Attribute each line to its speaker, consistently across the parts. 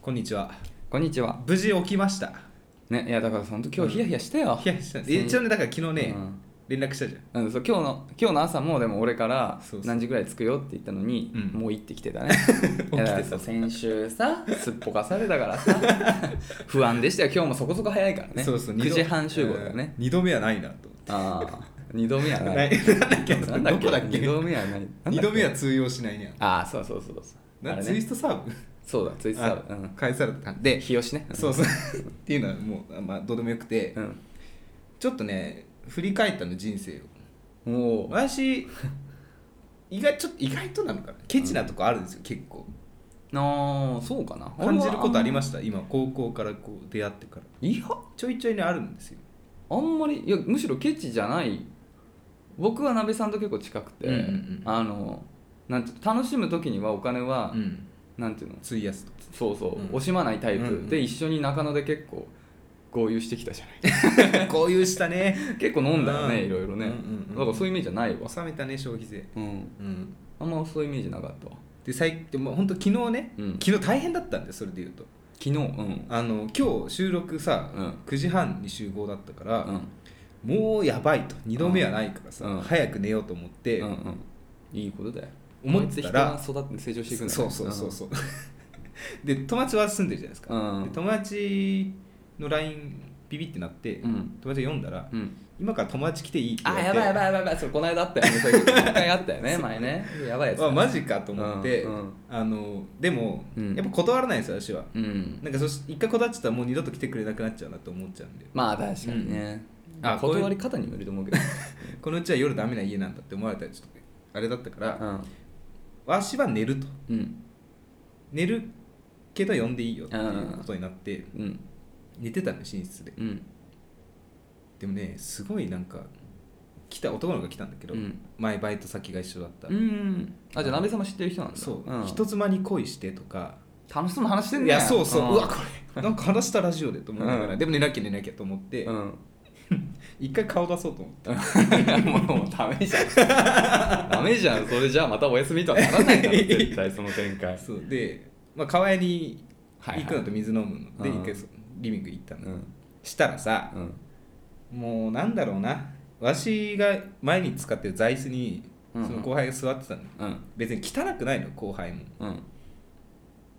Speaker 1: こんにちは
Speaker 2: こんにちは。
Speaker 1: 無事起きました
Speaker 2: ね、いやだから本当今日ヒヤヒヤしたよ。
Speaker 1: いやしたんです一応ねだから昨日ね、連絡したじゃん
Speaker 2: うん、うんそう今日の今日の朝もでも俺から
Speaker 1: そうそう
Speaker 2: 何時ぐらい着くよって言ったのに
Speaker 1: うん
Speaker 2: もう行ってきて たね
Speaker 1: 起きてた
Speaker 2: いやだからそう先週さすっぽかされたか らさ不安でしたよ今日もそこそこ早いからね
Speaker 1: そうそう二
Speaker 2: 9
Speaker 1: 度
Speaker 2: 時半集合だよね、
Speaker 1: うん二度目はないなと思っ
Speaker 2: ああ2度目は
Speaker 1: て
Speaker 2: な
Speaker 1: ないいなんだっけ
Speaker 2: なんだっけ
Speaker 1: どこだっけ
Speaker 2: 2度目はない
Speaker 1: 二度目は通用しないね
Speaker 2: ああそうそうそうそう
Speaker 1: な
Speaker 2: あれ
Speaker 1: ツイ
Speaker 2: ね
Speaker 1: ストサーブ
Speaker 2: そうだツイストサーブう
Speaker 1: あ
Speaker 2: ん
Speaker 1: 返された
Speaker 2: で日吉ね
Speaker 1: そうそうっていうのはもうまあどうでもよくて
Speaker 2: うん、
Speaker 1: ちょっとね振り返ったの人生を
Speaker 2: うん、もう
Speaker 1: 私意外ちょっと意外となのかなケチなとこあるんですよ結構
Speaker 2: ああそうかな
Speaker 1: 感じることあり
Speaker 2: ま
Speaker 1: ました今高校からこう出会ってから
Speaker 2: いや
Speaker 1: ちょいちょいねあるんですよ
Speaker 2: あんまりいやむしろケチじゃない僕は鍋さんと結構近くて、
Speaker 1: うんうんうん
Speaker 2: あのなんていうの楽しむ時にはお金は、
Speaker 1: うん
Speaker 2: なんていうの
Speaker 1: 費やすと
Speaker 2: そうそう、
Speaker 1: うん
Speaker 2: 惜しまないタイプ、
Speaker 1: うんうん
Speaker 2: で一緒に中野で結構合流してきたじゃな い
Speaker 1: こういうしたね
Speaker 2: 結構飲んだよね、
Speaker 1: うん
Speaker 2: いろいろね、
Speaker 1: うんうんうん
Speaker 2: だからそういうイメージはないわ、
Speaker 1: 収めたね消費税
Speaker 2: うん、
Speaker 1: うん
Speaker 2: あんまそういうイメージなかったわ
Speaker 1: で最でも本当昨日ね、
Speaker 2: うん
Speaker 1: 昨日大変だったんでそれで言うと
Speaker 2: 昨日うん
Speaker 1: あの今日収録さ、
Speaker 2: うん
Speaker 1: 9時半に集合だったから、
Speaker 2: うん
Speaker 1: もうやばいと2度目はないからさ、
Speaker 2: うん
Speaker 1: 早く寝ようと思って、
Speaker 2: うんうんいいことだよ
Speaker 1: 思ってたら
Speaker 2: こいつ人が育って成長していくんだね
Speaker 1: そうそうそうそう で友達は住んでるじゃないですか、
Speaker 2: うん
Speaker 1: で友達の LINE ビビってなって、
Speaker 2: うん
Speaker 1: 友達が読んだら、
Speaker 2: うん、うん
Speaker 1: 今から友達来ていい」って言
Speaker 2: あ
Speaker 1: われて
Speaker 2: やばいやばいやばいやばいそれこの間あっ たよねそれ一回あったよね前ねやばいやつだ
Speaker 1: あマジかと思って、
Speaker 2: うんうん
Speaker 1: あのでも、
Speaker 2: うん
Speaker 1: やっぱ断らないんですよ私は
Speaker 2: うん
Speaker 1: なんかそし一回断っちゃったらもう二度と来てくれなくなっちゃうなと思っちゃうんで
Speaker 2: まあ確かにね、
Speaker 1: うんあ
Speaker 2: 断り方にもよると思うけど、
Speaker 1: このうちは夜ダメな家なんだって思われたらちょっとあれだったから、
Speaker 2: うん
Speaker 1: わしは寝ると
Speaker 2: うん
Speaker 1: 寝るけど呼んでいいよっていうことになって
Speaker 2: うん
Speaker 1: 寝てたのよ寝室で
Speaker 2: うん
Speaker 1: でもねすごいなんか来た男の子が来たんだけど、
Speaker 2: うん
Speaker 1: 前バイト先が一緒だった、
Speaker 2: うんあじゃあ鍋様知ってる人なんだ
Speaker 1: そう、
Speaker 2: ん、
Speaker 1: 人妻に恋してとか
Speaker 2: 楽しそうな話してんね
Speaker 1: いやそうそう、うんわこれなんか話したラジオでと思いながら、
Speaker 2: うん
Speaker 1: でも寝なきゃ寝なきゃと思って、
Speaker 2: うん
Speaker 1: 一回顔出そうと思って
Speaker 2: もうもうダメじゃん ダメじゃんそれじゃあまたお休みとはならない だろ絶対その展開
Speaker 1: そうで、まあ、川屋に
Speaker 2: はいはい
Speaker 1: 行くのと水飲むので、
Speaker 2: うん
Speaker 1: 一回そうリビング行った
Speaker 2: う
Speaker 1: の、
Speaker 2: ん
Speaker 1: したらさ
Speaker 2: う、ん
Speaker 1: もうなんだろうなわしが前に使ってる座椅子にそ
Speaker 2: うん
Speaker 1: の後輩が座ってたの、
Speaker 2: うん
Speaker 1: 別に汚くないの後輩も
Speaker 2: うん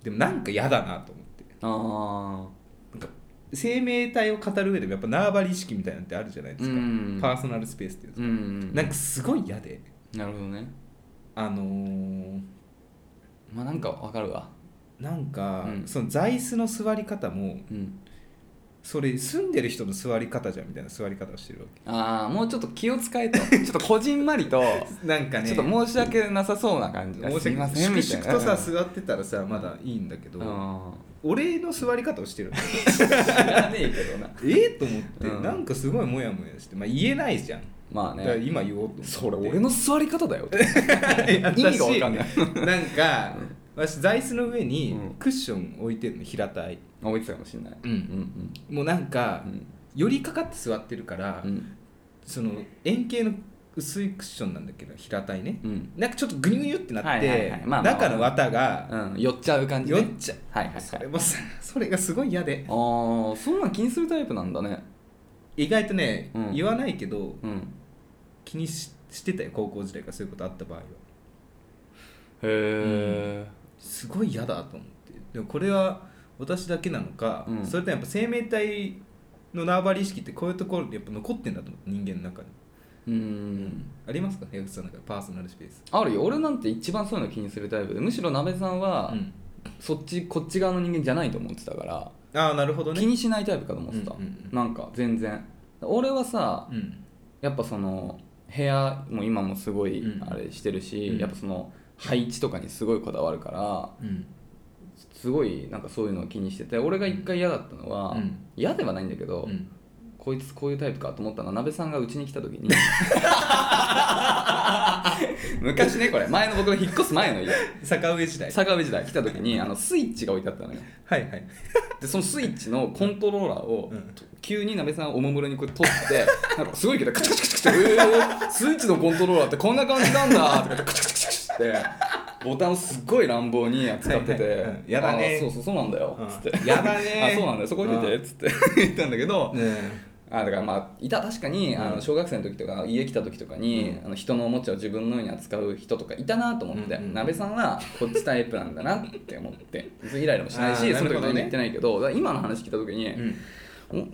Speaker 1: でもなんか嫌だなと思って
Speaker 2: あ
Speaker 1: なんか生命体を語る上でもやっぱ縄張り意識みたいなのってあるじゃないですか、
Speaker 2: うん
Speaker 1: パーソナルスペースっていう
Speaker 2: あう
Speaker 1: と、
Speaker 2: ん
Speaker 1: なんかすごい嫌で
Speaker 2: なるほどね
Speaker 1: あのー
Speaker 2: まあなんかわかるわ
Speaker 1: なんか、
Speaker 2: うん
Speaker 1: その座椅子の座り方も
Speaker 2: うん
Speaker 1: それ住んでる人の座り方じゃんみたいな座り方をしてるわ
Speaker 2: ああもうちょっと気を使えと ちょっとこじんまりと、
Speaker 1: けなんかね
Speaker 2: ちょっと申し訳なさそうな感じ
Speaker 1: 申し
Speaker 2: すい
Speaker 1: 訳な
Speaker 2: ま
Speaker 1: い
Speaker 2: せんみ
Speaker 1: 粛
Speaker 2: たいな
Speaker 1: 々とさ座ってたらさまだいいんだけど、
Speaker 2: うんうん
Speaker 1: 俺の座り方をしてる
Speaker 2: 知らねえけどな
Speaker 1: え っと思って、
Speaker 2: うん
Speaker 1: なんかすごいモヤモヤして、まあ、言えないじゃん、
Speaker 2: まあ
Speaker 1: だから
Speaker 2: ね
Speaker 1: 今言おうと思って
Speaker 2: それ俺の座り方だよ
Speaker 1: 意
Speaker 2: 意味がわかんない
Speaker 1: なんか、私座椅子の上に
Speaker 2: うん
Speaker 1: クッション置いてるの平たい
Speaker 2: 覚えてたかもしれない
Speaker 1: うん
Speaker 2: うん
Speaker 1: もうなんか、
Speaker 2: うん
Speaker 1: 寄りかかって座ってるから、
Speaker 2: うん
Speaker 1: その円形の薄いクッションなんだけど平たいね、
Speaker 2: うん
Speaker 1: なんかちょっとグニュグニュってなって、
Speaker 2: はいはいはいまあまあ
Speaker 1: 中の綿が
Speaker 2: うん寄っちゃう感じ
Speaker 1: 酔
Speaker 2: ね
Speaker 1: っちゃう、
Speaker 2: はいはいはい
Speaker 1: それもさそれがすごい嫌で
Speaker 2: ああそんなん気にするタイプなんだね
Speaker 1: 意外とね、
Speaker 2: うん
Speaker 1: 言わないけど
Speaker 2: うん
Speaker 1: 気にししてたよ高校時代からそういうことあった場合は
Speaker 2: へえ
Speaker 1: すごい嫌だと思ってでもこれは私だけなのか、
Speaker 2: うん
Speaker 1: それともやっぱ生命体の縄張り意識ってこういうところでやっぱ残ってんだと思って人間の中に
Speaker 2: うん、
Speaker 1: ありますか矢口さんの中でパーソナルスペース
Speaker 2: あるよ俺なんて一番そういうの気にするタイプでむしろ鍋さんは、
Speaker 1: うん
Speaker 2: そっちこっち側の人間じゃないと思ってたから
Speaker 1: ああなるほどね
Speaker 2: 気にしないタイプかと思ってた、
Speaker 1: うんうんうん
Speaker 2: なんか全然俺はさ
Speaker 1: うん
Speaker 2: やっぱその部屋も今もすごい
Speaker 1: うん
Speaker 2: あれしてるし、
Speaker 1: うん
Speaker 2: やっぱその配置とかにすごいこだわるから
Speaker 1: うん
Speaker 2: すごいなんかそういうのを気にしてて俺が一回嫌だったのは、
Speaker 1: うん
Speaker 2: 嫌ではないんだけど、
Speaker 1: うん
Speaker 2: こいつこういうタイプかと思ったのは鍋さんがうちに来た時に昔ねこれ前の僕の引っ越す前の家
Speaker 1: 坂上時代
Speaker 2: 坂上時代来た時にあのスイッチが置いてあったのよ
Speaker 1: はいはい
Speaker 2: でそのスイッチのコントローラーを、
Speaker 1: うん
Speaker 2: 急に鍋さんをおもむろにこう取ってなんかすごいけどカチャカチャカチャカチャ、えー、スイッチのコントローラーってこんな感じなんだとかってカチャカチャカチャカチャってボタンをすっごい乱暴に扱って
Speaker 1: はいはいは
Speaker 2: て
Speaker 1: い、やだね
Speaker 2: あーそうそうそうなんだよ
Speaker 1: うん、
Speaker 2: つって。
Speaker 1: やだね
Speaker 2: あ、そうなんだよ、そこ見てて、
Speaker 1: う
Speaker 2: つって言ったんだけど、あだからまあ、いた、確かに、あ
Speaker 1: うん
Speaker 2: の小学生の時とか、家来た時とかに、あの人のおもちゃを自分のように扱う人とかいたなと思って、
Speaker 1: うんうん
Speaker 2: 鍋さんはこっちタイプなんだなって思って、別にイライラもしない
Speaker 1: あー
Speaker 2: し、
Speaker 1: な
Speaker 2: そ
Speaker 1: る
Speaker 2: れ
Speaker 1: ほどね
Speaker 2: とか言ってないけど、だから今の話聞いた時に、
Speaker 1: うん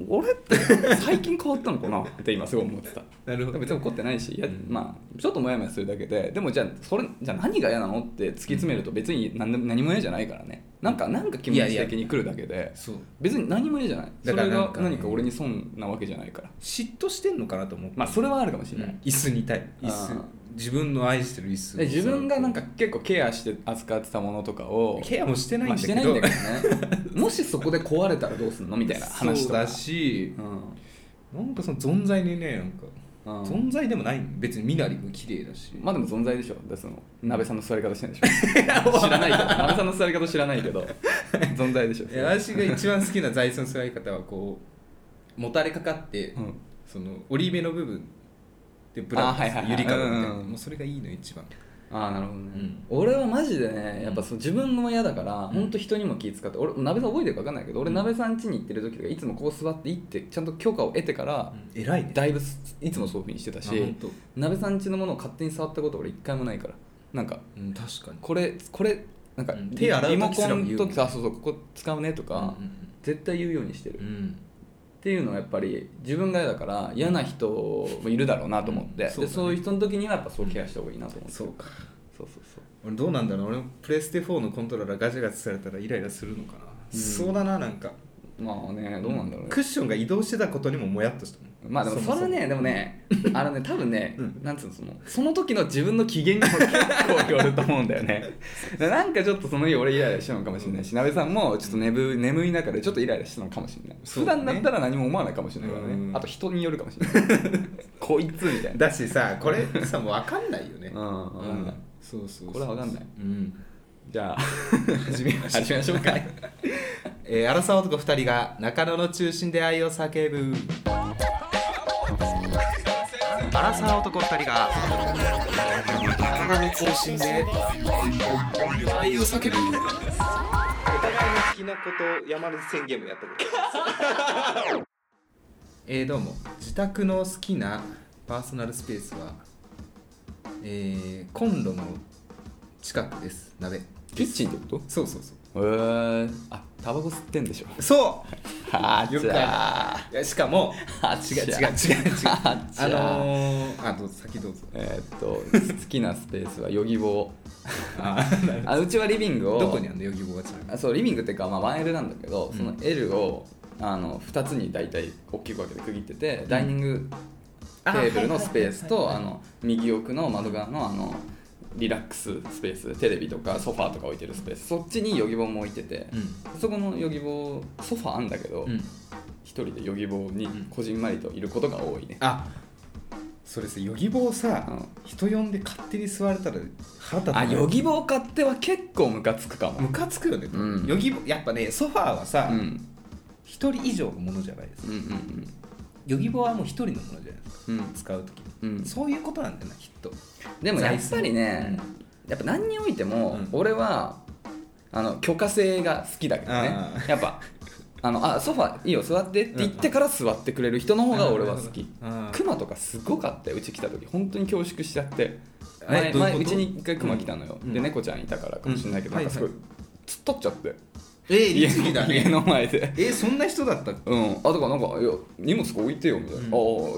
Speaker 2: お俺って最近変わったのか なって今すごい思ってた。
Speaker 1: なるほど
Speaker 2: 別に怒ってないし、いや
Speaker 1: うん
Speaker 2: まあ、ちょっとモヤモヤするだけででもじゃあそれじゃあ何が嫌なのって突き詰めると別に何でも何も嫌じゃないからねなんかなんか気持
Speaker 1: いやい
Speaker 2: ち
Speaker 1: や
Speaker 2: 的に来るだけで
Speaker 1: そう
Speaker 2: 別に何も嫌じゃない
Speaker 1: だから
Speaker 2: それ
Speaker 1: なん
Speaker 2: が
Speaker 1: か
Speaker 2: 何か俺に損なわけじゃないから
Speaker 1: 嫉妬してんのかなと思って、
Speaker 2: まあそれはあるかもし
Speaker 1: う
Speaker 2: れない、
Speaker 1: ん椅子に対椅
Speaker 2: あ
Speaker 1: 子
Speaker 2: ー
Speaker 1: 自分の愛してる椅子を
Speaker 2: で自分がなんか結構ケアして扱ってたものとかを
Speaker 1: ケアもしてない
Speaker 2: ま
Speaker 1: ん
Speaker 2: あ
Speaker 1: だ
Speaker 2: し
Speaker 1: け
Speaker 2: てない
Speaker 1: ど
Speaker 2: んだけど ねもしそこで壊れたらどうすんのみたいな話
Speaker 1: そ
Speaker 2: と
Speaker 1: う
Speaker 2: か
Speaker 1: だし
Speaker 2: う、ん
Speaker 1: なんかその存在にねなんか、
Speaker 2: うん
Speaker 1: 存在でもない別に身なりも綺麗だし、
Speaker 2: まあでも存在でしょでその鍋さんの座り方してるんでし ょ知らないけど鍋さんの座り方知らないけど存在でしょ
Speaker 1: いや私が一番好きな座椅子の座り方はこうもたれかかって、
Speaker 2: うん
Speaker 1: その折り目の部分でブラッ
Speaker 2: あはいはいはい
Speaker 1: ゆりかぶみたいな、
Speaker 2: うんうん
Speaker 1: もうそれがいいの一番
Speaker 2: ああなるほどね、
Speaker 1: うん
Speaker 2: 俺はマジでねやっぱそう自分も嫌だから、
Speaker 1: ん
Speaker 2: ほんと人にも気使って俺鍋さん覚えてるか分かんないけど俺
Speaker 1: うん
Speaker 2: 鍋さん家に行ってる時とかいつもこう座って行ってちゃんと許可を得てから、
Speaker 1: 偉いね
Speaker 2: だいぶすいつもそういうふうにしてた
Speaker 1: あほん
Speaker 2: し
Speaker 1: と
Speaker 2: 鍋さん家のものを勝手に触ったこと俺一回もないからなんか
Speaker 1: うん確かに
Speaker 2: これこれなんか
Speaker 1: うん
Speaker 2: リ
Speaker 1: 手洗
Speaker 2: リ
Speaker 1: う
Speaker 2: モ
Speaker 1: 時
Speaker 2: コ
Speaker 1: すらも
Speaker 2: ン
Speaker 1: 言う
Speaker 2: とかあそうそうここ使うねとか、
Speaker 1: う
Speaker 2: 絶対言うようにしてる
Speaker 1: んうんうん
Speaker 2: っていうのはやっぱり自分が嫌だから嫌な人もいるだろうなと思って、
Speaker 1: うんそうだね
Speaker 2: でそういう人の時にはやっぱそうケアした方がいいなと思って、
Speaker 1: そうか
Speaker 2: そうそうそう
Speaker 1: 俺どうなんだろう俺もプレステ4のコントローラーガチャガチャされたらイライラするのかな、
Speaker 2: うん
Speaker 1: そうだななんか
Speaker 2: まあねどうなんだろうね
Speaker 1: クッションが移動してたことにももやっとしたもん
Speaker 2: まあでもそれはねでもねあのね多分ね、
Speaker 1: うん
Speaker 2: なんつうのそのその時の自分の機嫌にも結構よると思うんだよ ねなんかちょっとその日俺イライラしたのかもしれないしなべさんもちょっと眠眠い中でちょっとイライラしたのかもしれない、
Speaker 1: そう
Speaker 2: 普
Speaker 1: だね
Speaker 2: 段だったら何も思わないかもしれないからね、
Speaker 1: うん
Speaker 2: あと人によるかもしれない こいつみたいな
Speaker 1: だしさこれさもう分かんないよね
Speaker 2: うん
Speaker 1: う
Speaker 2: わかんない
Speaker 1: そうそうそう
Speaker 2: これはわかんない
Speaker 1: うん
Speaker 2: じ ゃあ
Speaker 1: 始めましょう
Speaker 2: 始めましょうか
Speaker 1: えー、荒沢男2人が中野の中心で愛を叫ぶ荒沢男2人が中野の中心で愛を叫ぶお互いの好きなことを山根宣言もやったことです えーどうも自宅の好きなパーソナルスペースは、えー、コンロの近くです鍋
Speaker 2: キッチンってこと
Speaker 1: そうそうそ
Speaker 2: へーあタバコ吸ってんでしょ
Speaker 1: うそう
Speaker 2: は
Speaker 1: よくあるいやしかも
Speaker 2: あ
Speaker 1: 違う
Speaker 2: 違
Speaker 1: 違う違う
Speaker 2: う
Speaker 1: 違う
Speaker 2: あ
Speaker 1: あ
Speaker 2: 違う
Speaker 1: のー、あどうぞ先どうぞ
Speaker 2: えーっと好きなスペースはヨギボーあうちはリビングを
Speaker 1: どこにあんのヨギボーがちなみに
Speaker 2: あそうリビングっていうか、まあ、1L なんだけど
Speaker 1: うん
Speaker 2: その L をあの2つに大体大きく分けて区切っててダイニングテ
Speaker 1: あ
Speaker 2: ーブルのスペース
Speaker 1: は
Speaker 2: と
Speaker 1: い
Speaker 2: あ
Speaker 1: はいはいはい
Speaker 2: の右奥の窓側のあのリラックススペーステレビとかソファーとか置いてるスペースそっちにヨギボーも置いてて、そこのヨギボーソファーあんだけど、
Speaker 1: うん、うん、
Speaker 2: 一人でヨギボーにこじんまりといることが多いね、
Speaker 1: あそれさヨギボーさ、
Speaker 2: うん
Speaker 1: 人呼んで勝手に座れたら腹立つ
Speaker 2: あヨギボー買っては結構ムカつくかも
Speaker 1: ムカつくよね、
Speaker 2: うん
Speaker 1: ヨギボーやっぱねソファーはさ
Speaker 2: うん
Speaker 1: 一、人以上のものじゃないです
Speaker 2: うん
Speaker 1: かヨギボーはもう一人のものじゃないですか
Speaker 2: うん
Speaker 1: 使う
Speaker 2: うん
Speaker 1: 時に、
Speaker 2: うん
Speaker 1: そういうことなんだよなきっと
Speaker 2: でもやっぱりね、やっぱ何においても
Speaker 1: うん
Speaker 2: 俺はあの許可制が好きだけどね
Speaker 1: あ
Speaker 2: やっぱあのあソファいいよ座ってって言ってから座ってくれる人の方が俺は好き
Speaker 1: あ
Speaker 2: クマとかすごかったようち来た時本当に恐縮しちゃって
Speaker 1: え
Speaker 2: 前
Speaker 1: どういう
Speaker 2: 前
Speaker 1: こと
Speaker 2: うちに一回クマ来たのよ、
Speaker 1: うん
Speaker 2: で猫ちゃんいたからかもしれないけど、
Speaker 1: うん
Speaker 2: なんかすごい
Speaker 1: はい
Speaker 2: 突っ立っちゃって
Speaker 1: えー、
Speaker 2: 家
Speaker 1: 律儀だ
Speaker 2: の
Speaker 1: ね
Speaker 2: 家の前で
Speaker 1: えそんな人だったっけ
Speaker 2: うん、あだからなんかいや荷物こう置いてよみたいな、
Speaker 1: うん
Speaker 2: ああ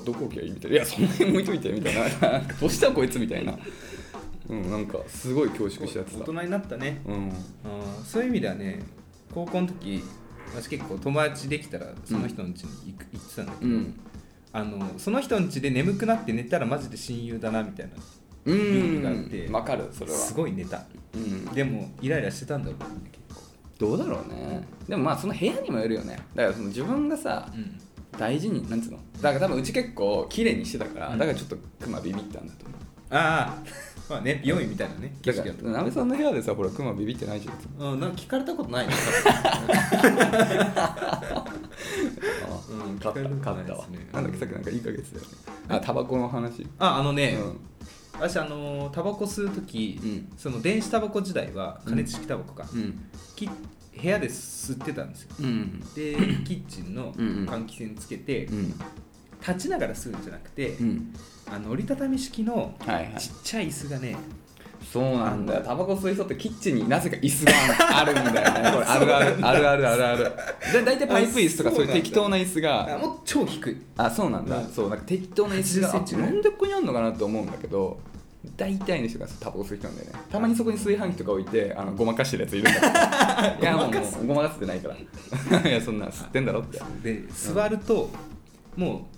Speaker 2: どこ置きゃいいみたいないやその辺置いといてみたいな なんかどうしたこいつみたいなうんなんかすごい恐縮しちゃって
Speaker 1: 大
Speaker 2: た
Speaker 1: 人になったね
Speaker 2: うん
Speaker 1: あーそういう意味ではね高校の時私結構友達できたらその人の家に行く、行ってたんだけ
Speaker 2: う
Speaker 1: ど、
Speaker 2: ん
Speaker 1: あのその人の家で眠くなって寝たらマジで親友だなみたいな
Speaker 2: う
Speaker 1: ルールがあって
Speaker 2: んわかるそれは
Speaker 1: すごい寝た
Speaker 2: うん、
Speaker 1: でもイライラしてたんだろうね結構、
Speaker 2: どうだろうねでもまあその部屋にもよるよねだからその自分がさ大事になんつうのだから多分うち結構綺麗にしてたから、
Speaker 1: うん
Speaker 2: だからちょっとクマビビったんだと思う
Speaker 1: ああ まあね美容院みたいなね景
Speaker 2: だか
Speaker 1: 色
Speaker 2: ら
Speaker 1: だった
Speaker 2: なべさんの部屋でさほらクマビビってないじゃんいつも
Speaker 1: うん、なんか聞かれたこと ないね、
Speaker 2: あ
Speaker 1: うん
Speaker 2: 勝った勝ったわ、
Speaker 1: 聞かれたことないですね
Speaker 2: なんだっけさっきなんかいいか月だよねあタバコの話
Speaker 1: ああのね、
Speaker 2: うん
Speaker 1: 私あのタバコ吸う時、
Speaker 2: うん
Speaker 1: その電子タバコ時代は加熱式タバコか、
Speaker 2: うん
Speaker 1: き部屋で吸ってたんですよ
Speaker 2: うん
Speaker 1: でキッチンの
Speaker 2: うんうん
Speaker 1: 換気扇つけて、
Speaker 2: うん
Speaker 1: 立ちながら吸うんじゃなくて、
Speaker 2: うん
Speaker 1: あの折りたたみ式の
Speaker 2: はいはい
Speaker 1: ちっちゃい椅子がね、
Speaker 2: そうなんだよタバコ吸いそうってキッチンになぜか椅子があるんだよねこれあるあるあるあるあるあるだ大体パイプ椅子とか
Speaker 1: あそ
Speaker 2: そう
Speaker 1: う
Speaker 2: い
Speaker 1: なん
Speaker 2: う
Speaker 1: だ
Speaker 2: 適当な椅子
Speaker 1: あ
Speaker 2: が
Speaker 1: もう超低い
Speaker 2: あそうなんだ、
Speaker 1: うん
Speaker 2: そうなんか適当な椅子が
Speaker 1: 80センチ
Speaker 2: あ
Speaker 1: ぐらい
Speaker 2: なんでここにあんのかなと思うんだけど大体の人がタバコ吸う人なんだよねたまにそこに炊飯器とか置いてあのごまかしてるやついるんだけどいやも
Speaker 1: ご
Speaker 2: う
Speaker 1: まかす
Speaker 2: もうごまかってないからいやそんなん吸ってんだろって
Speaker 1: で座ると、もう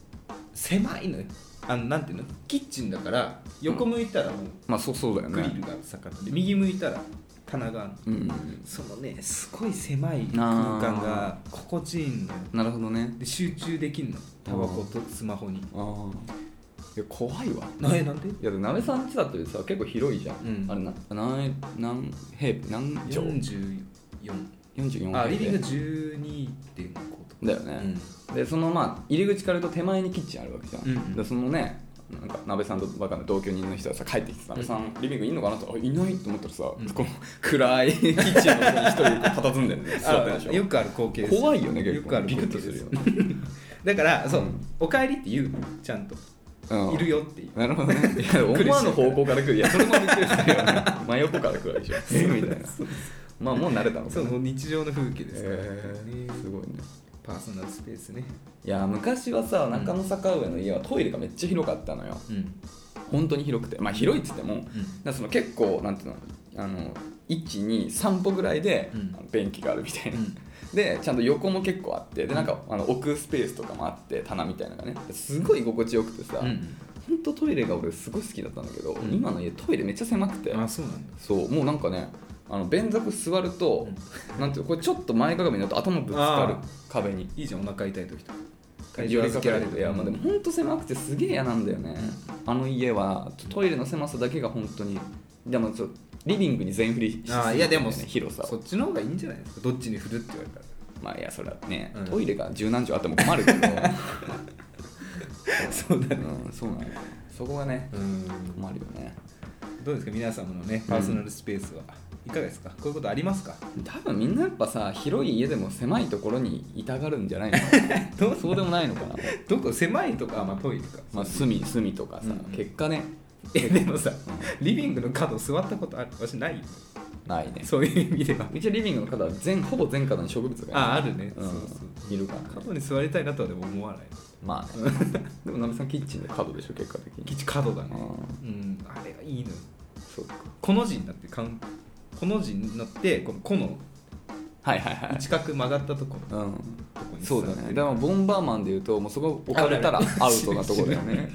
Speaker 1: 狭いのよあのなんていうのキッチンだから横向いたらも
Speaker 2: まあそうそうだよ
Speaker 1: うグリ
Speaker 2: ね
Speaker 1: ルが魚で右向いたら棚がある
Speaker 2: うん
Speaker 1: そのねすごい狭い空間が心地いいんだよ
Speaker 2: なるほどね
Speaker 1: で集中できんのタバコとスマホに
Speaker 2: ああいや怖いわ
Speaker 1: なえなんで
Speaker 2: いやでも鍋さん家だってさ結構広いじゃん、
Speaker 1: うん
Speaker 2: あれな何何平米何畳
Speaker 1: 44
Speaker 2: 44
Speaker 1: あリビング
Speaker 2: 平
Speaker 1: 12.5とか
Speaker 2: 米だよね、でそのまあ入り口から言うと手前にキッチンあるわけじゃん、
Speaker 1: うんうん
Speaker 2: でそのねなんか鍋さんとバカの同居人の人がさ帰ってきてさ「鍋さんリビングいんのかな?」とあいないと思ったらさ、
Speaker 1: うん
Speaker 2: この暗いキッチンの横に一人佇んでるね座ってるでし
Speaker 1: あよくある光景
Speaker 2: ょ
Speaker 1: です
Speaker 2: 怖いよね結構
Speaker 1: よくある
Speaker 2: ビク
Speaker 1: 光
Speaker 2: ッ
Speaker 1: 景
Speaker 2: と
Speaker 1: ですす
Speaker 2: るよ、
Speaker 1: だからそう、
Speaker 2: うん
Speaker 1: おかえりって言うのちゃんと、
Speaker 2: うん
Speaker 1: いるよっていう
Speaker 2: な るほどねいや思わぬ方向から来るいやそれもびっく りするよね真横から来 るでしょえみたいなまあもう慣れたのか
Speaker 1: そ
Speaker 2: な
Speaker 1: うもう日常の風景ですから、
Speaker 2: えー、すごいね
Speaker 1: パーソナルスペースね
Speaker 2: いや昔はさ中野坂上の家はトイレがめっちゃ広かったのよ
Speaker 1: うん
Speaker 2: 本当に広くてまあ広いっつってもだか
Speaker 1: う
Speaker 2: らその結構なんていうのあの123歩ぐらいで、
Speaker 1: うん
Speaker 2: あの便器があるみたいな、
Speaker 1: ん
Speaker 2: でちゃんと横も結構あってでなんかあの置くスペースとかもあって棚みたいなのがねすごい心地よくて
Speaker 1: う
Speaker 2: さ、ほん、
Speaker 1: ん
Speaker 2: 本当トイレが俺すごい好きだったんだけど、
Speaker 1: うん
Speaker 2: 今の家トイレめっちゃ狭くて
Speaker 1: あそうなんだ
Speaker 2: そうもうなんかねあの便座座ると、なんていうのこれちょっと前かがみになると頭ぶつかる
Speaker 1: あ
Speaker 2: 壁に
Speaker 1: いいじゃんお腹痛い時とか
Speaker 2: 寄りかけられていやまあでも
Speaker 1: うん
Speaker 2: 本当狭くてすげえ嫌なんだよねあの家はトイレの狭さだけが本当にでもちょっとリビングに全振りしすぎて
Speaker 1: あーいやでも
Speaker 2: 広さを
Speaker 1: そっちの方がいいんじゃないですかどっちに振るって言われたら
Speaker 2: まあいやそれはね、
Speaker 1: うん
Speaker 2: トイレが十何畳あっても困る けど、
Speaker 1: そうだ
Speaker 2: うん、そうなんだよそこがね困るよね
Speaker 1: どうですか皆様のねパーソナルスペースは、いかがですかこういうことありますか
Speaker 2: 多分みんなやっぱさ広い家でも狭いところにいたがるんじゃない
Speaker 1: ど
Speaker 2: のそうでもないのかな
Speaker 1: どこ狭いとか、まあ、トイレか
Speaker 2: まあ隅隅とかさ、
Speaker 1: うんうん
Speaker 2: 結果ね
Speaker 1: えでもさリビングの角座ったことある私ないよ
Speaker 2: ないね
Speaker 1: そういう意味では
Speaker 2: うちリビングの方は全ほぼ全方に植物がいる
Speaker 1: ああるね、
Speaker 2: うん
Speaker 1: そうそう
Speaker 2: いるからね
Speaker 1: 角に座りたいなとはでも思わない
Speaker 2: まあ、ね、 でもなべさんキッチンで角でしょ結果的
Speaker 1: キ
Speaker 2: に
Speaker 1: ッチン角だ
Speaker 2: あ
Speaker 1: ね
Speaker 2: あ
Speaker 1: うんあれがいいのよ
Speaker 2: そうか
Speaker 1: この字になってかんこの字になってこの「こ」の
Speaker 2: はいはいはい
Speaker 1: 近く曲がったところ
Speaker 2: うん
Speaker 1: とこに
Speaker 2: そうだねだからボンバーマンでいうともうそこ置かれたら
Speaker 1: あ
Speaker 2: アウトなとこだよ ね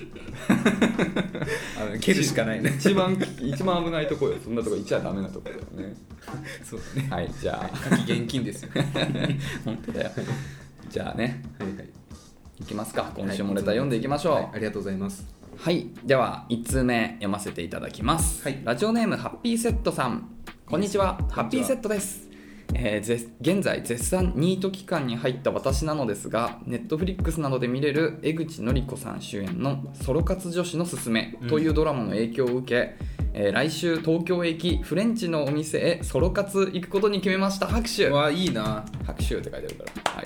Speaker 1: あの蹴るしかないね
Speaker 2: 一番一番危ないとこよそんなとこ行っちゃダメなとこだよね
Speaker 1: そうだね
Speaker 2: はいじゃ
Speaker 1: 書
Speaker 2: あ
Speaker 1: き現金です よはい
Speaker 2: 本当だよじゃあね
Speaker 1: はい
Speaker 2: いきますか今週もレター読んでいきましょう、
Speaker 1: はいありがとうございます
Speaker 2: はい、では1通目読ませていただきます、
Speaker 1: はい
Speaker 2: ラジオネームハッピーセットさんこんにちはハッピーセットですえーぜ現在絶賛ニート期間に入った私なのですがネットフリックスなどで見れる江口のり子さん主演の「ソロ活女子のすすめ」というドラマの影響を受け、えー来週東京へ行きフレンチのお店へソロ活行くことに決めました拍手
Speaker 1: うわいいな
Speaker 2: 拍手って書いてあるから、はい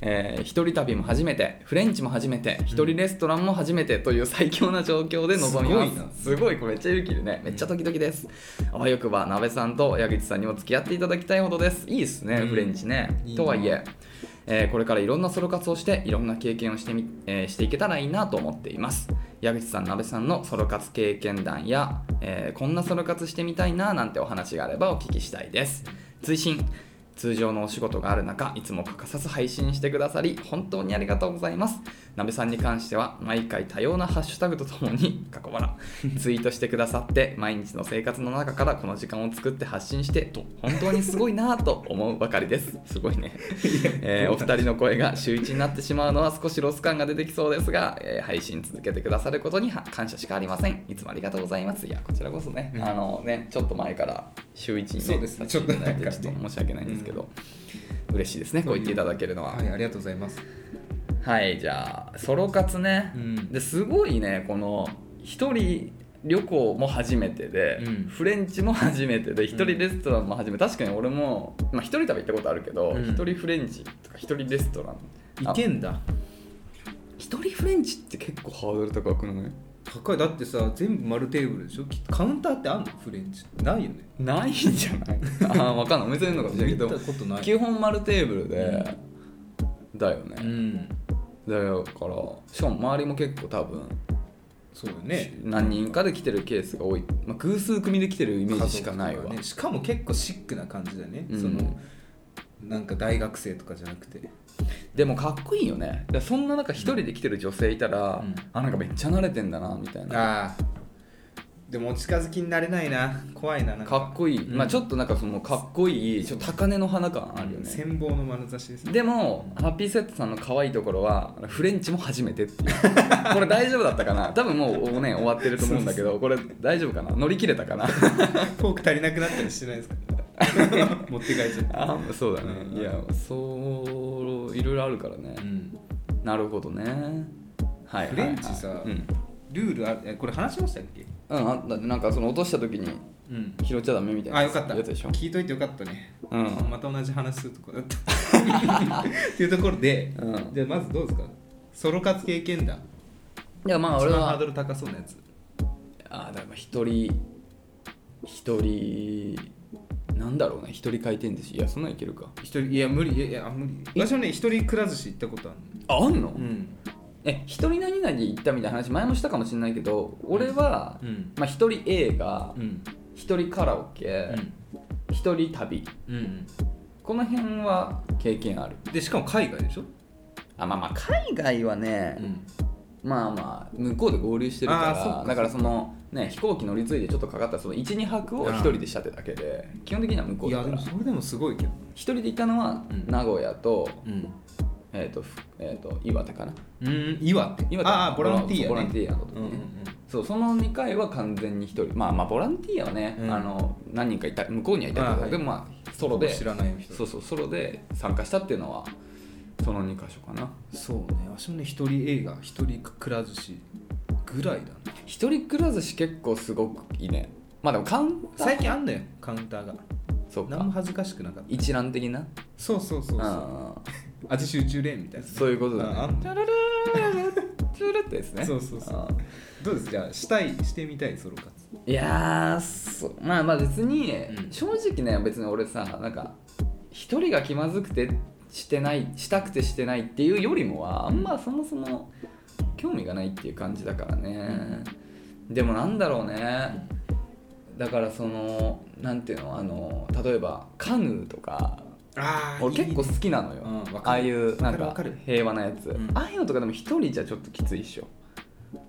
Speaker 2: えー一人旅も初めてフレンチも初めて一人レストランも初めてという最強な状況で臨みます
Speaker 1: すごいな
Speaker 2: すごいこれめっちゃ勇気いるねめっちゃドキドキですあわよくばなべさんと矢口さんにも付き合っていただきたいほどですいいですね、
Speaker 1: うん
Speaker 2: フレンチね
Speaker 1: いいな
Speaker 2: とはいええーこれからいろんなソロ活をしていろんな経験をしてみ、えーしていけたらいいなと思っています矢口さん、なべさんのソロ活経験談や、えーこんなソロ活してみたいななんてお話があればお聞きしたいです追伸通常のお仕事がある中いつも欠かさず配信してくださり本当にありがとうございますなべさんに関しては毎回多様なハッシュタグとともに過 去笑ツイートしてくださって毎日の生活の中からこの時間を作って発信してと本当にすごいなぁと思うばかりですすごいね、えーお二人の声が週一になってしまうのは少しロス感が出てきそうですが、えー配信続けてくださることには感謝しかありませんいつもありがとうございますいやこちらこそね、
Speaker 1: うん
Speaker 2: あのねちょっと前から週一に、ね、
Speaker 1: そうですね
Speaker 2: ちょっといただいて
Speaker 1: ちょっ
Speaker 2: ち
Speaker 1: とな
Speaker 2: ょっ
Speaker 1: んか
Speaker 2: と申し訳ないんですけど、嬉しいですねこう言っていただけるのは
Speaker 1: はいありがとうございます
Speaker 2: はいじゃあソロ活ね、
Speaker 1: うん
Speaker 2: ですごいねこの一人旅行も初めてで、
Speaker 1: うん
Speaker 2: フレンチも初めてで一人レストランも初めて、確かに俺も一、まあ、一人旅行ったことあるけど
Speaker 1: うん
Speaker 2: 一、人フレンチとか一人レストラン
Speaker 1: 行けんだ
Speaker 2: 一人フレンチって結構ハードル高くない
Speaker 1: 高いだってさ全部丸テーブルでしょきカウンターってあんのフレンチないよね
Speaker 2: ないんじゃないああ分かんないお店にいるのかもしれないけ
Speaker 1: 見た
Speaker 2: ど
Speaker 1: ことない
Speaker 2: 基本丸テーブルで、だよ
Speaker 1: う
Speaker 2: ね、
Speaker 1: ん
Speaker 2: だからしかも周りも結構多分
Speaker 1: そうよね
Speaker 2: 何人かで来てるケースが多い、まあ、偶数組で来てるイメージしかない
Speaker 1: 家
Speaker 2: わ、
Speaker 1: 族とねしかも結構シックな感じだね、
Speaker 2: うん
Speaker 1: そのなんか大学生とかじゃなくて
Speaker 2: でもかっこいいよねだからそんな中一人で来てる女性いたら、
Speaker 1: うん
Speaker 2: あなんかめっちゃ慣れてんだなみたい
Speaker 1: あ
Speaker 2: な
Speaker 1: あでもお近づきになれないな怖いななんか
Speaker 2: かっこいい、
Speaker 1: うん
Speaker 2: まあちょっとなんかそのかっこいいちょっと高嶺の花感あるよね
Speaker 1: 羨望の眼差し ですね
Speaker 2: でもハッピーセットさんの可愛いところはフレンチも初めてっていう これ大丈夫だったかな多分もうね終わってると思うんだけどこれ大丈夫かな乗り切れたか な
Speaker 1: フォーク足りなくなったりしてない ですか持って帰っちゃった
Speaker 2: あそうだねいやそういろいろあるからね、
Speaker 1: うん
Speaker 2: なるほどねはいはいはい
Speaker 1: フレンチさ
Speaker 2: うん、
Speaker 1: ルールあるえこれ話しましたっけ
Speaker 2: うん、あだってなんかその落とした時に
Speaker 1: うん
Speaker 2: 拾っちゃダメみたいな
Speaker 1: あよかった
Speaker 2: やつでしょ
Speaker 1: 聞いといてよかったね、
Speaker 2: うん
Speaker 1: また同じ話するとこだったっていうところで、
Speaker 2: うん
Speaker 1: じゃあまずどうですかソロ活経験談
Speaker 2: いやまあ
Speaker 1: 一
Speaker 2: 俺
Speaker 1: 番ハー
Speaker 2: は
Speaker 1: ドル高そうなやつ
Speaker 2: あだから一人一人なんだろうね一人回転寿司いやそんなんいけるか
Speaker 1: 一人いや無理いやいや無理私はね一人くら寿司行ったことあ
Speaker 2: ああんの、
Speaker 1: るん
Speaker 2: え一人何々行ったみたいな話前もしたかもしれないけど俺は、
Speaker 1: うん
Speaker 2: まあ、一人映画
Speaker 1: うん
Speaker 2: 一人カラオケ一、人旅
Speaker 1: うん
Speaker 2: この辺は経験ある
Speaker 1: でしかも海外でしょ、
Speaker 2: あまあまあ海外はね、
Speaker 1: ん、
Speaker 2: まあまあ向こうで合流してるから
Speaker 1: あーそっか
Speaker 2: だからそのね飛行機乗り継いでちょっとかかったその12泊を一人でしたってだけで基本的には向こう
Speaker 1: い
Speaker 2: だ
Speaker 1: や
Speaker 2: か
Speaker 1: で
Speaker 2: ら
Speaker 1: も
Speaker 2: 一
Speaker 1: それでもすごいけど、
Speaker 2: 人で行ったのは
Speaker 1: うん
Speaker 2: 名古屋と,、
Speaker 1: うん
Speaker 2: えっとふえっと岩手かな
Speaker 1: うん、岩手
Speaker 2: 岩手
Speaker 1: ああボランティア、ね、
Speaker 2: ボランティアの時
Speaker 1: うんう
Speaker 2: ね、
Speaker 1: んうん
Speaker 2: そうその2回は完全に一人まあまあボランティアはね、
Speaker 1: うん
Speaker 2: あの何人かいた向こうにはいたけど、
Speaker 1: あーはい
Speaker 2: でもまあソロで
Speaker 1: 知らない人
Speaker 2: そうそうソロで参加したっていうのはその2箇所かな
Speaker 1: そうね私もね一人映画一人くら寿司ぐらいだね
Speaker 2: 一人くら寿司結構すごくいいねまあでもカウンター
Speaker 1: 最近あんだよカウンターが
Speaker 2: そう
Speaker 1: 何
Speaker 2: か
Speaker 1: も恥ずかしくなかった
Speaker 2: 一覧的な
Speaker 1: そうそうそうそう
Speaker 2: あ
Speaker 1: 味集中レーンみたい
Speaker 2: ー
Speaker 1: な
Speaker 2: そういうことだね
Speaker 1: ああん
Speaker 2: チャララーチャララってやつ ね
Speaker 1: そうそうそう
Speaker 2: あ
Speaker 1: どうですじゃあしたいしてみたいソロ活
Speaker 2: ーいやーそうまあまあ別に、
Speaker 1: うん
Speaker 2: 正直ね別に俺さなんか一人が気まずくてしてないしたくてしてないっていうよりもはあんまそもそも興味がないっていう感じだからね、でもなんだろうねだからそのなんていうのあの例えばカヌーとか
Speaker 1: あ
Speaker 2: 俺結構好きなのよ
Speaker 1: うんわかる
Speaker 2: ああいうなんか
Speaker 1: わかるわかる
Speaker 2: 平和なやつ、
Speaker 1: ん
Speaker 2: ああいうのとかでも一人じゃちょっときついっしょ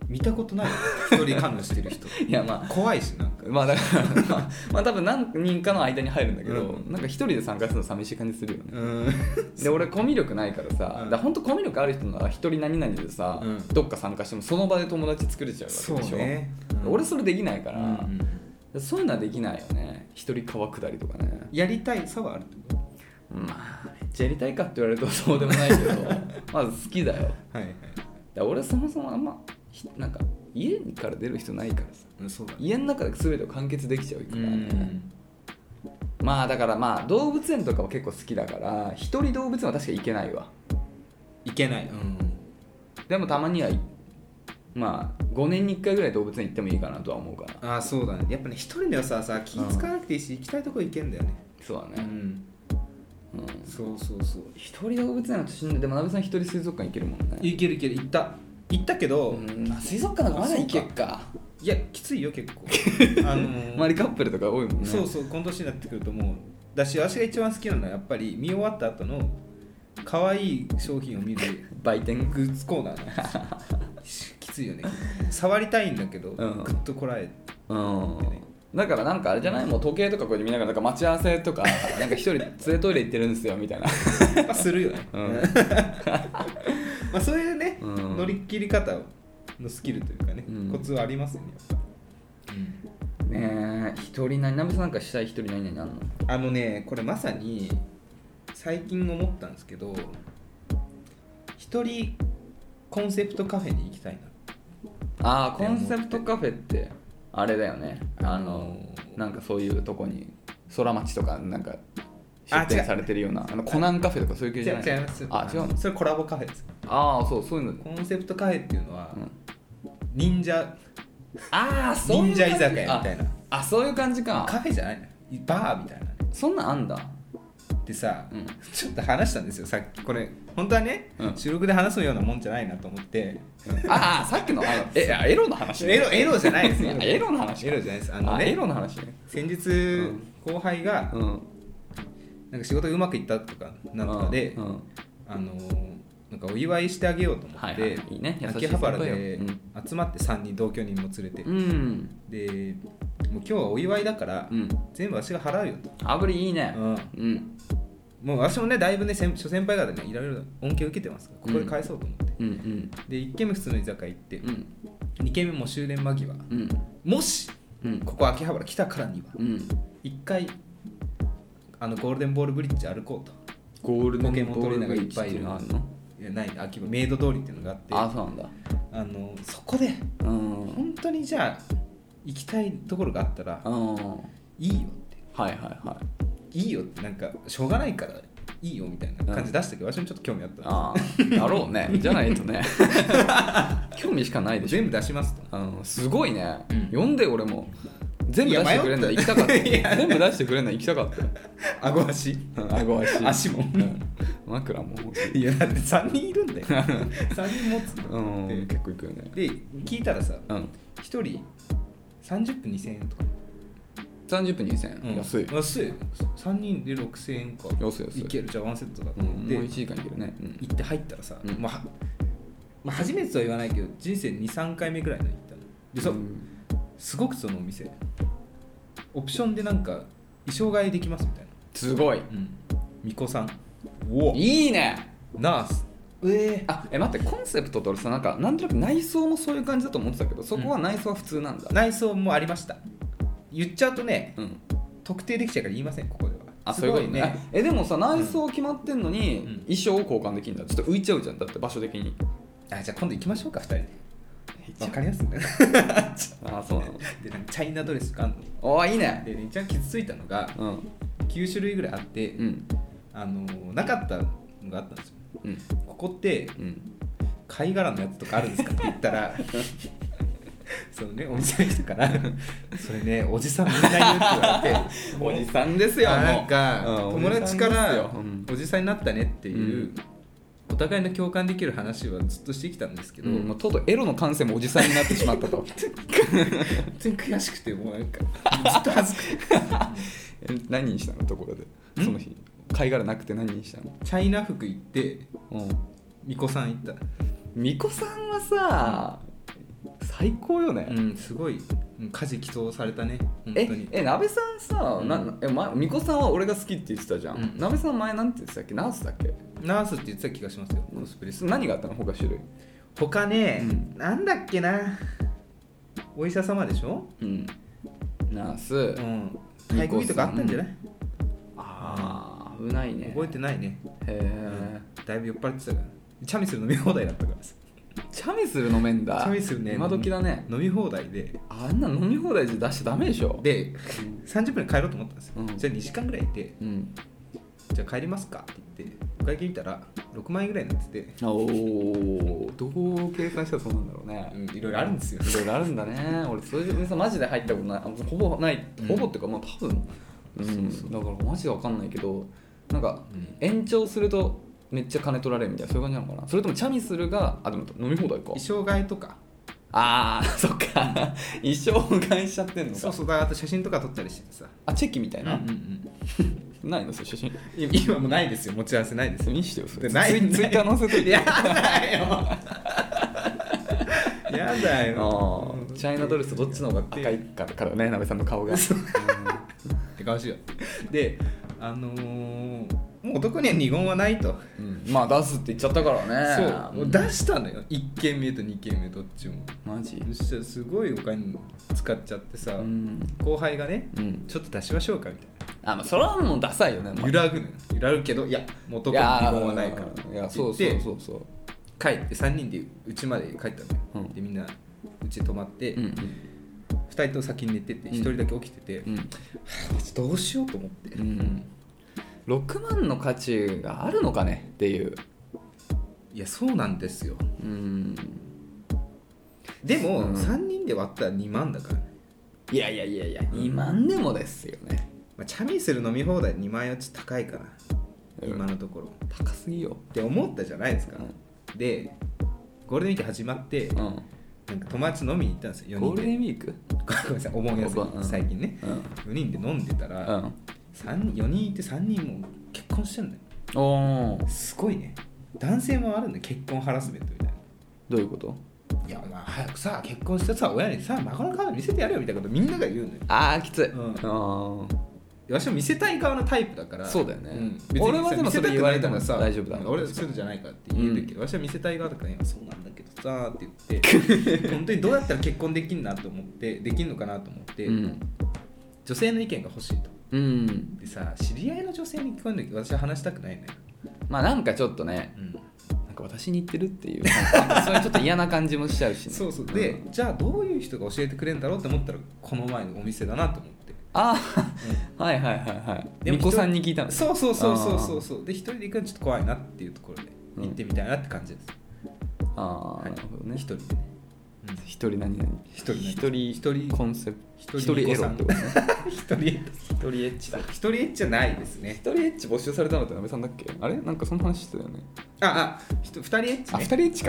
Speaker 1: 見たことないよ一人カヌーしてる人
Speaker 2: いやまあ
Speaker 1: 怖 いしなんか
Speaker 2: まあだから まあ、まあ、多分何人かの間に入るんだけど、
Speaker 1: う
Speaker 2: なんか一人で参加するの寂しい感じするよね
Speaker 1: うん
Speaker 2: で俺コミュ力ないからさ、
Speaker 1: うん
Speaker 2: だからほんとコミュ力ある人なら一人何々でさ、
Speaker 1: うん
Speaker 2: どっか参加してもその場で友達作れちゃうわけ
Speaker 1: そう
Speaker 2: でしょ、
Speaker 1: ね、うん
Speaker 2: 俺それできないから、
Speaker 1: うんうん
Speaker 2: そういうのはできないよね一人川下りとかね
Speaker 1: やりたいさはあるってこ
Speaker 2: まあめっちゃやりたいかって言われるとそうでも ないけどまず好きだよ
Speaker 1: とはいはい
Speaker 2: だから俺そもそもあんまひなんか家から出る人ないからさ
Speaker 1: うんそうだね
Speaker 2: 家の中で全てを完結できちゃうか
Speaker 1: う
Speaker 2: らね
Speaker 1: ん
Speaker 2: まあだからまあ動物園とかは結構好きだから一人動物園は確か行けないわ
Speaker 1: いけないうん
Speaker 2: でもたまにはいまあ5年に1回ぐらい動物園行ってもいいかなとは思うから
Speaker 1: ああそうだねやっぱね一人の良さはさ気使わなくていいし行きたいとこ行けんだよね
Speaker 2: そう
Speaker 1: う
Speaker 2: だね
Speaker 1: ん
Speaker 2: うん
Speaker 1: そうそうそう
Speaker 2: 一人動物園だとしんどいでも鍋さん一人水族館行けるもんね
Speaker 1: いけるいける行った行ったけど、
Speaker 2: うんまあ水族館だからまだ行けっか
Speaker 1: いやきついよ 結構あのー
Speaker 2: 周りカップルとか多いもんね
Speaker 1: そうそうこの年になってくるともうだし私が一番好きなのはやっぱり見終わった後の可愛い商品を見る
Speaker 2: 売店
Speaker 1: グッズコーナーなんです きついよね触りたいんだけど、
Speaker 2: ん
Speaker 1: グッとこらえて
Speaker 2: うんだからなんかあれじゃないもう時計とかこうやって見ながらなんか待ち合わせとかなんか一人連れトイレ行ってるんですよみたいな、
Speaker 1: やっぱするよね、
Speaker 2: うん、
Speaker 1: まあ、そういうね、
Speaker 2: うん
Speaker 1: 乗り切り方のスキルというかね、
Speaker 2: うん
Speaker 1: コツはありますよねやっぱ、
Speaker 2: ねえ一人何鍋さんなんかしたい一人何々あんの
Speaker 1: あのねこれまさに最近思ったんですけど一人コンセプトカフェに行きたいな
Speaker 2: ああコンセプトカフェってあれだよねあのなんかそういうとこに空町とかなんか出
Speaker 1: あ違
Speaker 2: 店
Speaker 1: う
Speaker 2: されてるようなあのコナンカフェとかそういう系じ
Speaker 1: 違う
Speaker 2: ゃない
Speaker 1: 違います
Speaker 2: あ違うの
Speaker 1: それコラボカフェです
Speaker 2: ああそうそういうの
Speaker 1: コンセプトカフェっていうのは、
Speaker 2: うん
Speaker 1: 忍者
Speaker 2: ああそういう
Speaker 1: 忍者居
Speaker 2: 感じ
Speaker 1: 酒屋みたいな
Speaker 2: ああそういう感じか
Speaker 1: カフェじゃないのバーみたいな
Speaker 2: そんなんあんだ
Speaker 1: でさ、
Speaker 2: うん
Speaker 1: ちょっと話したんですよさっきこれ本当はね、
Speaker 2: うん
Speaker 1: 収録で話すようなもんじゃないなと思って
Speaker 2: ああさっきのあのえいやエロの話
Speaker 1: エロエロじゃないですよ
Speaker 2: あ エロの話
Speaker 1: エロじゃないですあ
Speaker 2: あ
Speaker 1: のね
Speaker 2: エロの話ね
Speaker 1: 先日、
Speaker 2: ん
Speaker 1: 後輩が
Speaker 2: うん
Speaker 1: なんか仕事がうまくいったとかなんとかで、
Speaker 2: うんうん
Speaker 1: あのーなんかお祝いしてあげようと思って、
Speaker 2: はいはいいいね優しい
Speaker 1: 秋葉原で
Speaker 2: 先輩よ
Speaker 1: 集まって3人同居人も連れて、
Speaker 2: うん
Speaker 1: でもう今日はお祝いだから、
Speaker 2: うん
Speaker 1: 全部私が払うよと、
Speaker 2: 炙りいいね
Speaker 1: うん
Speaker 2: うん
Speaker 1: もう私もねだいぶね先諸先輩方ねいろいろ恩恵を受けてますからここで返そうと思って、
Speaker 2: うんうん
Speaker 1: で1軒目普通の居酒屋行って、
Speaker 2: うん
Speaker 1: 2軒目もう終電間際
Speaker 2: うん
Speaker 1: もし
Speaker 2: うん
Speaker 1: ここ秋葉原来たからには
Speaker 2: うん
Speaker 1: 1回あのゴールデンボールブリッジ歩こうと
Speaker 2: ゴールデ
Speaker 1: ポケ
Speaker 2: ン
Speaker 1: モン
Speaker 2: ボー
Speaker 1: トレー
Speaker 2: ル
Speaker 1: ナーが
Speaker 2: が
Speaker 1: い
Speaker 2: い
Speaker 1: っ
Speaker 2: っ
Speaker 1: ぱ
Speaker 2: ぱ
Speaker 1: い
Speaker 2: い
Speaker 1: い
Speaker 2: い
Speaker 1: る
Speaker 2: るのあるの
Speaker 1: いやない秋葉メイド通りっていうのがあって
Speaker 2: ああそうなんだ
Speaker 1: あのそこで
Speaker 2: うんうん
Speaker 1: 本当にじゃあ行きたいところがあったらいいよって
Speaker 2: はいはいはい
Speaker 1: いいよってなんかしょうがないからいいよみたいな感じ出したけど、私もちょっと興味あった
Speaker 2: ああ だろうねじゃないとね 興味しかないでしょ
Speaker 1: 全部出しますと
Speaker 2: うんすごいね、
Speaker 1: うん
Speaker 2: 読んで俺も全部出してくれんだ
Speaker 1: い
Speaker 2: 行
Speaker 1: や
Speaker 2: きたかったよ
Speaker 1: いや
Speaker 2: 全部出してくれんだ行きたかったよ
Speaker 1: 顎足
Speaker 2: うん顎足
Speaker 1: 足も
Speaker 2: うん枕も
Speaker 1: いやだって3人いるん だよ3人持つ
Speaker 2: うん
Speaker 1: で
Speaker 2: 結構いくよね
Speaker 1: で聞いたらさ
Speaker 2: うん
Speaker 1: 1人30分2000円とか、
Speaker 2: 30分2000円、安い
Speaker 1: 安い3人で6000円か
Speaker 2: 安い安い
Speaker 1: けるじゃあワンセットだと
Speaker 2: うん
Speaker 1: 思って、
Speaker 2: もう1
Speaker 1: 行
Speaker 2: 時間いけるね、うん
Speaker 1: って入ったらさ、
Speaker 2: うん
Speaker 1: まあ、まあ初めてとは言わないけど人生23回目ぐらいの行ったのでそ、
Speaker 2: ん
Speaker 1: すごくそのお店オプションでなんか衣装替えできますみたいな
Speaker 2: すごい
Speaker 1: うん巫女さんお
Speaker 2: いいね
Speaker 1: ナースえ
Speaker 2: あえ待ってコンセプトと俺さなんかなんとなく内装もそういう感じだと思ってたけどそこは内装は普通なんだ、
Speaker 1: 内装もありました言っちゃうとね
Speaker 2: うん
Speaker 1: 特定できちゃうから言いませんここでは
Speaker 2: あ
Speaker 1: す
Speaker 2: そういうこ
Speaker 1: ご
Speaker 2: と
Speaker 1: い
Speaker 2: ねあえでもさ内装決まってんのに、
Speaker 1: うん
Speaker 2: 衣装を交換できるんだちょっと浮いちゃうじゃんだって場所的に
Speaker 1: あじゃあ今度行きましょうか2人でわかりやすいね
Speaker 2: あそうなの
Speaker 1: でなんかチャイナドレスとかあんの
Speaker 2: おーいいね
Speaker 1: でね一番傷ついたのが
Speaker 2: うん
Speaker 1: 9種類ぐらいあって、
Speaker 2: うん
Speaker 1: あのーなかったのがあったんですよ
Speaker 2: うん
Speaker 1: ここって
Speaker 2: うん
Speaker 1: 貝殻のやつとかあるんですかって言ったら そのねお店の人から「それねおじさんみんな言う」って言わ
Speaker 2: お
Speaker 1: れて
Speaker 2: じさんです
Speaker 1: い
Speaker 2: よ
Speaker 1: や
Speaker 2: もう
Speaker 1: なんか
Speaker 2: うん
Speaker 1: 友達か
Speaker 2: おじさんです
Speaker 1: ら
Speaker 2: ようん
Speaker 1: おじさんになったねっていう、
Speaker 2: うん
Speaker 1: お互いの共感できる話はずっとしてきたんですけど、
Speaker 2: うんもうとうとうエロの感性もおじさんになってしまった と
Speaker 1: 本当に悔しくてもうなんかずっと恥ずかしい
Speaker 2: え何にしたのところで
Speaker 1: ん
Speaker 2: その日貝殻なくて何にしたの
Speaker 1: チャイナ服行って
Speaker 2: うん
Speaker 1: 巫女さん行っ
Speaker 2: 巫女さんはさ最高よね、
Speaker 1: たうんすごいうん家事祈祷されたね本当
Speaker 2: え
Speaker 1: に
Speaker 2: え鍋さんさ、な
Speaker 1: うん
Speaker 2: え前巫女さんは俺が好きって言ってたじゃん、
Speaker 1: うん
Speaker 2: 鍋さん前なんて言ってたっけナースだっけ
Speaker 1: ナースって言ってた気がしますよコスプレする
Speaker 2: 何があったの他種類
Speaker 1: 他ね、
Speaker 2: うん
Speaker 1: なんだっけなお医者様でしょ
Speaker 2: うんナース、
Speaker 1: うん体育着とかあったんじゃない、
Speaker 2: ああ危ないね
Speaker 1: 覚えてないね
Speaker 2: へえ
Speaker 1: だいぶ酔っ払ってたからチャミスル飲み放題だったからさ
Speaker 2: チャミスル飲めんだ
Speaker 1: チャミスルね
Speaker 2: 今時だね
Speaker 1: 飲み放題で
Speaker 2: あんな飲み放題で出しちゃダメでしょ
Speaker 1: で30分で帰ろうと思ったんですよ、
Speaker 2: うん
Speaker 1: じゃあ2時間ぐらいいて
Speaker 2: うん
Speaker 1: じゃあ帰りますかって言ってお会計見たら6万円ぐらいになってて、
Speaker 2: おおどう計算したらそうなんだろうね
Speaker 1: うん、いろいろあるんですよ
Speaker 2: いろいろあるんだね俺そういう店マジで入ったことないあほぼない
Speaker 1: うん
Speaker 2: ほぼっていうかまあ多分うんだからマジで分かんないけどなんか
Speaker 1: うん
Speaker 2: 延長するとめっちゃ金取られるみたいなそういう感じなのかなそれともチャミスルがあでも飲み放題か
Speaker 1: 衣装替えとか
Speaker 2: ああそっか一生返しちゃってんのか
Speaker 1: そうそうだからあと写真とか撮ったりしててさ、
Speaker 2: あチェキみたいな、
Speaker 1: うんうん
Speaker 2: ないのそれ写真
Speaker 1: うん、今もうないですよ持ち合わせないですよ
Speaker 2: 見してよそれ
Speaker 1: でない
Speaker 2: ツイツイッター載せといて
Speaker 1: やだよ やだ
Speaker 2: あ
Speaker 1: よ
Speaker 2: ーチャイナドレスどっちの方が赤いかからね鍋さんの顔が
Speaker 1: って顔しようであのー、もう男には二言はないと
Speaker 2: うん、まあ出すって言っちゃったからね
Speaker 1: そうもう出したのよ1軒目と2軒目どっちも
Speaker 2: マジ
Speaker 1: そしたらすごいお金使っちゃってさ、
Speaker 2: うん、
Speaker 1: 後輩がね
Speaker 2: うん、
Speaker 1: ちょっと出しましょうかみたい
Speaker 2: あまあそれはもうダサいよね、
Speaker 1: な
Speaker 2: まあ
Speaker 1: 揺らぐのよ揺らぐけどいやもう
Speaker 2: い
Speaker 1: 男に
Speaker 2: や
Speaker 1: 二
Speaker 2: ー
Speaker 1: 言はないからって
Speaker 2: い
Speaker 1: 言
Speaker 2: や
Speaker 1: って
Speaker 2: そうそうそうそう
Speaker 1: 帰って3人でうちまで帰ったのよ、
Speaker 2: うん
Speaker 1: でみんなうち泊まって、
Speaker 2: うん
Speaker 1: 2人と先に寝てて
Speaker 2: うん
Speaker 1: 1人だけ起きてて、
Speaker 2: うん
Speaker 1: どうしようと思って、
Speaker 2: うん6万の価値があるのかねっていう
Speaker 1: いやそうなんですよ
Speaker 2: うん
Speaker 1: でも、
Speaker 2: うん
Speaker 1: 3人で割ったら2万だからね、
Speaker 2: いやいやいやいや2万でもですよね
Speaker 1: まあ、チャミスル飲み放題2万円はちょっと高いかな、今のところっ
Speaker 2: 高すぎよ
Speaker 1: て思ったじゃないですか、でゴールデンウィーク始まって、
Speaker 2: うん
Speaker 1: なんか友達と飲みに行ったんですよ4
Speaker 2: ゴ
Speaker 1: 人
Speaker 2: ー
Speaker 1: で
Speaker 2: ルデンウィーク
Speaker 1: ごめんなさい思いやすい、
Speaker 2: うん
Speaker 1: 最近ね
Speaker 2: う
Speaker 1: 4
Speaker 2: ん
Speaker 1: 人で飲んでた
Speaker 2: う
Speaker 1: ら、
Speaker 2: ん
Speaker 1: 三4人いて3人も結婚してんだよ
Speaker 2: おー
Speaker 1: すごいね男性もあるんだよ結婚ハラスメントみたいな
Speaker 2: どういうこと
Speaker 1: いやお前早くさ結婚してさ親にさ孫の顔見せてやれよみたいなことみんなが言うのよ
Speaker 2: あーきつい、
Speaker 1: うん
Speaker 2: あ
Speaker 1: わしも見せたい側のタイプだから
Speaker 2: そうだよね
Speaker 1: ん別にさ
Speaker 2: 俺はでもそれ言われても
Speaker 1: 見せたくないから
Speaker 2: 大丈夫だ
Speaker 1: 俺はそういうのじゃないからって言うけど、わしは見せたい側だからいやそうなんだけどさーって言 って本当にどうやったら結婚できるなと思ってできるのかなと思って、
Speaker 2: ーうん
Speaker 1: 女性の意見が欲しいと
Speaker 2: うん
Speaker 1: でさ知り合いの女性に聞こえるんだけど私は話したくないのよ、
Speaker 2: まあなんかちょっとね
Speaker 1: うん、
Speaker 2: なんか私に言ってるって いうなんかそういうちょっと嫌な感じもしちゃうし、ね、
Speaker 1: そうそうで、じゃあどういう人が教えてくれるんだろうって思ったらこの前のお店だなと思って
Speaker 2: ああはいはいはいはい
Speaker 1: でも
Speaker 2: みこさんに聞いたの
Speaker 1: そうそうそうそうそうそうで一人で行くのちょっと怖いなっていうところで
Speaker 2: うん
Speaker 1: 行ってみたいなって感じです、
Speaker 2: あ
Speaker 1: は
Speaker 2: あ
Speaker 1: い
Speaker 2: なるほどね
Speaker 1: 一人でね、 うん
Speaker 2: 一人何々
Speaker 1: 一人何々
Speaker 2: 一人
Speaker 1: 一人
Speaker 2: コンセプト
Speaker 1: 一人
Speaker 2: エロってことね
Speaker 1: 一人エッチ
Speaker 2: 一人エッチだ
Speaker 1: 一人エッチじゃないですね
Speaker 2: 一人エッチ募集されたのってなべさんだっけあれなんかその話してたよね
Speaker 1: ああひと二人エッチ
Speaker 2: あ
Speaker 1: ね
Speaker 2: 二人エッチ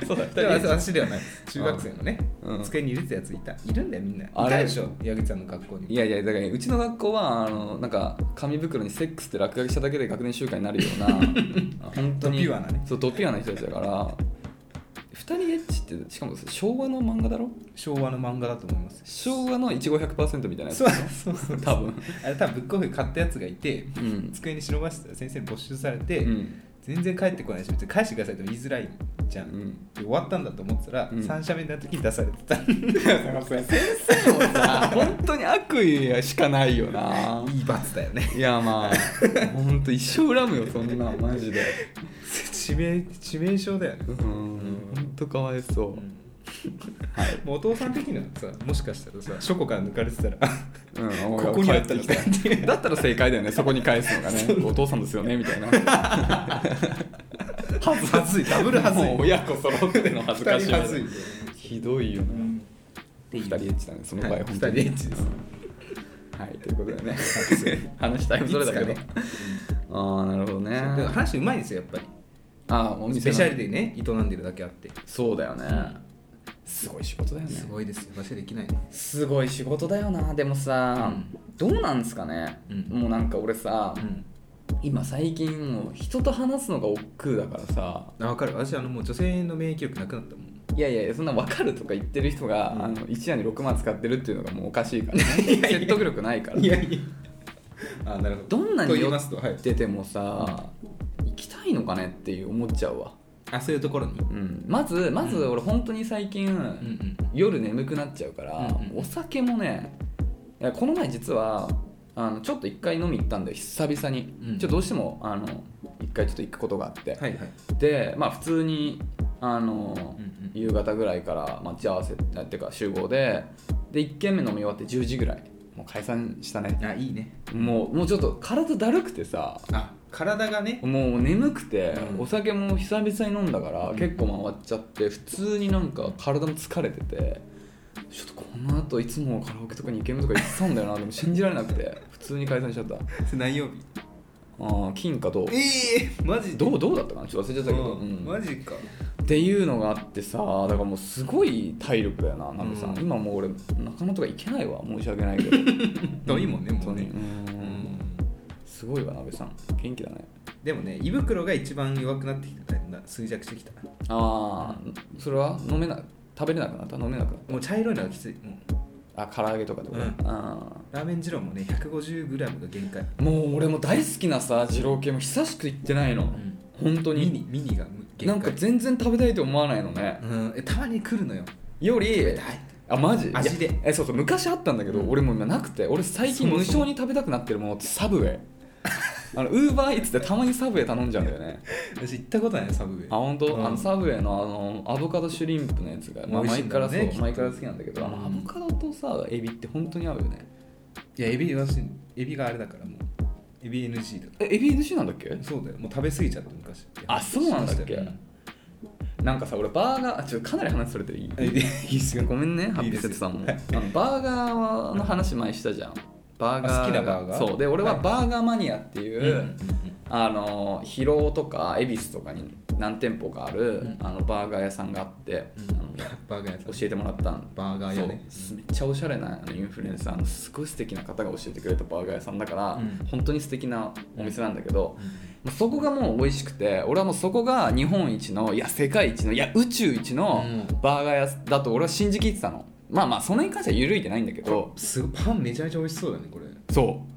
Speaker 2: かそうだ二人エ
Speaker 1: でも
Speaker 2: ッチ
Speaker 1: 私ではない中学生のね、
Speaker 2: うん
Speaker 1: 机に入れてたやついたいるんだよみんない
Speaker 2: あれ
Speaker 1: たでしょ矢口さんの学校に
Speaker 2: いやいやだからうちの学校はあのなんか紙袋にセックスって落書きしただけで学年集会になるような あ本当に
Speaker 1: ドピュアなね
Speaker 2: そうドピュアな人たちだから二人エッチってしかも昭和の漫画だろ
Speaker 1: 昭和の漫画だと思います
Speaker 2: 昭和の1500%みたいなやつ
Speaker 1: そうそうそう
Speaker 2: 多分
Speaker 1: あれ多分ブックオフで買ったやつがいて
Speaker 2: うん、
Speaker 1: 机に忍ばしてたら先生に没収されて、
Speaker 2: うん
Speaker 1: 全然帰ってこないし別に返してくださいとも言いづらいじゃん、
Speaker 2: う
Speaker 1: で
Speaker 2: ん、
Speaker 1: 終わったんだと思ってたら、
Speaker 2: うん
Speaker 1: 三者目の時に出され てた
Speaker 2: でもさ本当に悪意しかないよない
Speaker 1: い罰だよね
Speaker 2: いやまあ本当一生恨むよそんなマジで
Speaker 1: 致命致命傷だよね、
Speaker 2: うん本当かわいそう、
Speaker 1: もうお父さん的にはさもしかしたらさ書庫から抜かれてたら
Speaker 2: うん、
Speaker 1: ここにあったら
Speaker 2: 帰ってき ただったら正解だよねそこに返すのがねお父さんですよねみたいな
Speaker 1: はずはずいダブルはずい
Speaker 2: もう親子揃っての恥ずかし
Speaker 1: 二
Speaker 2: い
Speaker 1: 人はずい
Speaker 2: ひどいよな、二人エッチだねその場合、
Speaker 1: はい
Speaker 2: 本当に
Speaker 1: 二人エッチです
Speaker 2: はいということでね話したいそれだけど、
Speaker 1: いつかね
Speaker 2: ああなるほどね
Speaker 1: でも話うまいんですよやっぱり
Speaker 2: ああお
Speaker 1: ス
Speaker 2: 店
Speaker 1: ペ
Speaker 2: の
Speaker 1: シャリティね営んでるだけあって
Speaker 2: そうだよねすごい仕事だよね
Speaker 1: すごいですよ私はできないね
Speaker 2: すごい仕事だよなでもさ、どうなんですかね、
Speaker 1: うん
Speaker 2: もうなんか俺さ、
Speaker 1: うん
Speaker 2: 今最近もう人と話すのが億劫だからさ
Speaker 1: あ分かる私あのもう女性の免疫力なくなったもん
Speaker 2: いやいやいやそんな分かるとか言ってる人が、
Speaker 1: うん
Speaker 2: あの一夜に6万使ってるっていうのがもうおかし いから、ね、説得力ないから
Speaker 1: いやいや あなるほど
Speaker 2: どんなに
Speaker 1: と言い
Speaker 2: 酔
Speaker 1: ますとはい
Speaker 2: っててもさ行きたいのかねっていう思っちゃうわ、
Speaker 1: あそういうところに
Speaker 2: うん、まずまず
Speaker 1: うん
Speaker 2: 俺本当に最近、
Speaker 1: うん
Speaker 2: 夜眠くなっちゃうから、
Speaker 1: うんうん
Speaker 2: お酒もねいやこの前実はあのちょっと一回飲み行ったんだよ久々に、
Speaker 1: うん
Speaker 2: ちょっとどうしてもあの一回ちょっと行くことがあって、
Speaker 1: はいはい
Speaker 2: でまあ普通にあの、
Speaker 1: うんうん
Speaker 2: 夕方ぐらいから待ち合わせあってか集合でで1軒目飲み終わって10時ぐらいもう解散したね
Speaker 1: あいいね
Speaker 2: もうもうちょっと体だるくてさ
Speaker 1: あ体がね
Speaker 2: もう眠くて、
Speaker 1: うん
Speaker 2: お酒も久々に飲んだから、
Speaker 1: うん
Speaker 2: 結構回っちゃって普通になんか体も疲れててちょっとこの後いつもカラオケとかに行けるとか言ってたん だよなでも信じられなくて普通に解散しちゃったあ
Speaker 1: 何曜日
Speaker 2: ー金かどう
Speaker 1: ええマジ
Speaker 2: どうどうだったかなちょっと忘れちゃったけど、うん
Speaker 1: マジか
Speaker 2: っていうのがあってさだからもうすごい体力だよなナベさん、
Speaker 1: うん
Speaker 2: 今もう俺中野とか行けないわ申し訳ないけ ど
Speaker 1: 遠いもんね
Speaker 2: 本
Speaker 1: も
Speaker 2: 当
Speaker 1: う
Speaker 2: に
Speaker 1: ね
Speaker 2: う
Speaker 1: うんん
Speaker 2: すごいわナベさん元気だね
Speaker 1: でもね胃袋が一番弱くなってきたな衰弱してきた
Speaker 2: ああそれは飲めな食べれなくなった飲めなくなっ
Speaker 1: もう茶色いのがきついもう
Speaker 2: たあ唐揚げとかとか、
Speaker 1: うん
Speaker 2: あ
Speaker 1: ラーメン二郎もね 150g が限界
Speaker 2: ーもう俺も大好きなさ二郎系も久しく行ってないの、
Speaker 1: ん
Speaker 2: 本当
Speaker 1: ミ
Speaker 2: に
Speaker 1: ニミニが限界
Speaker 2: なんか全然食べたいと思わないのね、
Speaker 1: うんえたまに来るのよ
Speaker 2: より
Speaker 1: はい
Speaker 2: あマジ
Speaker 1: 味で
Speaker 2: いやえそうそう昔あったんだけど、
Speaker 1: うん
Speaker 2: 俺も今なくて俺最近
Speaker 1: そも
Speaker 2: 無
Speaker 1: そも
Speaker 2: 性に食べたくなってるものってサブウェイあのウーバーイーツってたまにサブウェイ頼んじゃうんだよね
Speaker 1: 私行ったことないサブウェイ
Speaker 2: あ本当、
Speaker 1: うん
Speaker 2: あのサブウェイのあのアボカドシュリンプのやつが、まあ、
Speaker 1: 美味し
Speaker 2: 前
Speaker 1: いん
Speaker 2: か
Speaker 1: だろ
Speaker 2: ら
Speaker 1: う
Speaker 2: そ
Speaker 1: ね
Speaker 2: う
Speaker 1: きっと
Speaker 2: 前から好きなんだけどあのアボカドとさエビって本当に合うよね
Speaker 1: いやエビ私エビがあれだからもうエビ NG だか
Speaker 2: えエビ NG なんだっけ
Speaker 1: らそうだよもう食べ過ぎちゃった昔
Speaker 2: あそうなんだっけ
Speaker 1: う
Speaker 2: なんかさ俺バーガーあちょかなり話それてるいい
Speaker 1: えいいですよ
Speaker 2: ごめんねハッ
Speaker 1: いい
Speaker 2: ピ
Speaker 1: で
Speaker 2: ー
Speaker 1: す
Speaker 2: セ
Speaker 1: よ
Speaker 2: ットさんも
Speaker 1: はい
Speaker 2: あのバーガーの話前したじゃんバーガー
Speaker 1: あ好きなバーガー
Speaker 2: そうで俺ははいバーガーマニアっていう、
Speaker 1: うんうんうん
Speaker 2: あの広尾とか恵比寿とかに何店舗かある、
Speaker 1: うん
Speaker 2: あのバーガー屋さんがあって、
Speaker 1: うん
Speaker 2: あの
Speaker 1: バーガー屋さん
Speaker 2: 教えてもらったん
Speaker 1: バーガー屋ね
Speaker 2: そうめっちゃおしゃれなあのインフルエンサーのすごい素敵な方が教えてくれたバーガー屋さんだから、
Speaker 1: うん
Speaker 2: 本当に素敵なお店なんだけど、まあそこがもう美味しくて俺はもうそこが日本一のいや世界一のいや宇宙一の
Speaker 1: うん
Speaker 2: バーガー屋だと俺は信じきってたのまあまあその辺に関しては緩いてないんだけど
Speaker 1: すごいパンめちゃめちゃ美味しそうだねこれ
Speaker 2: そう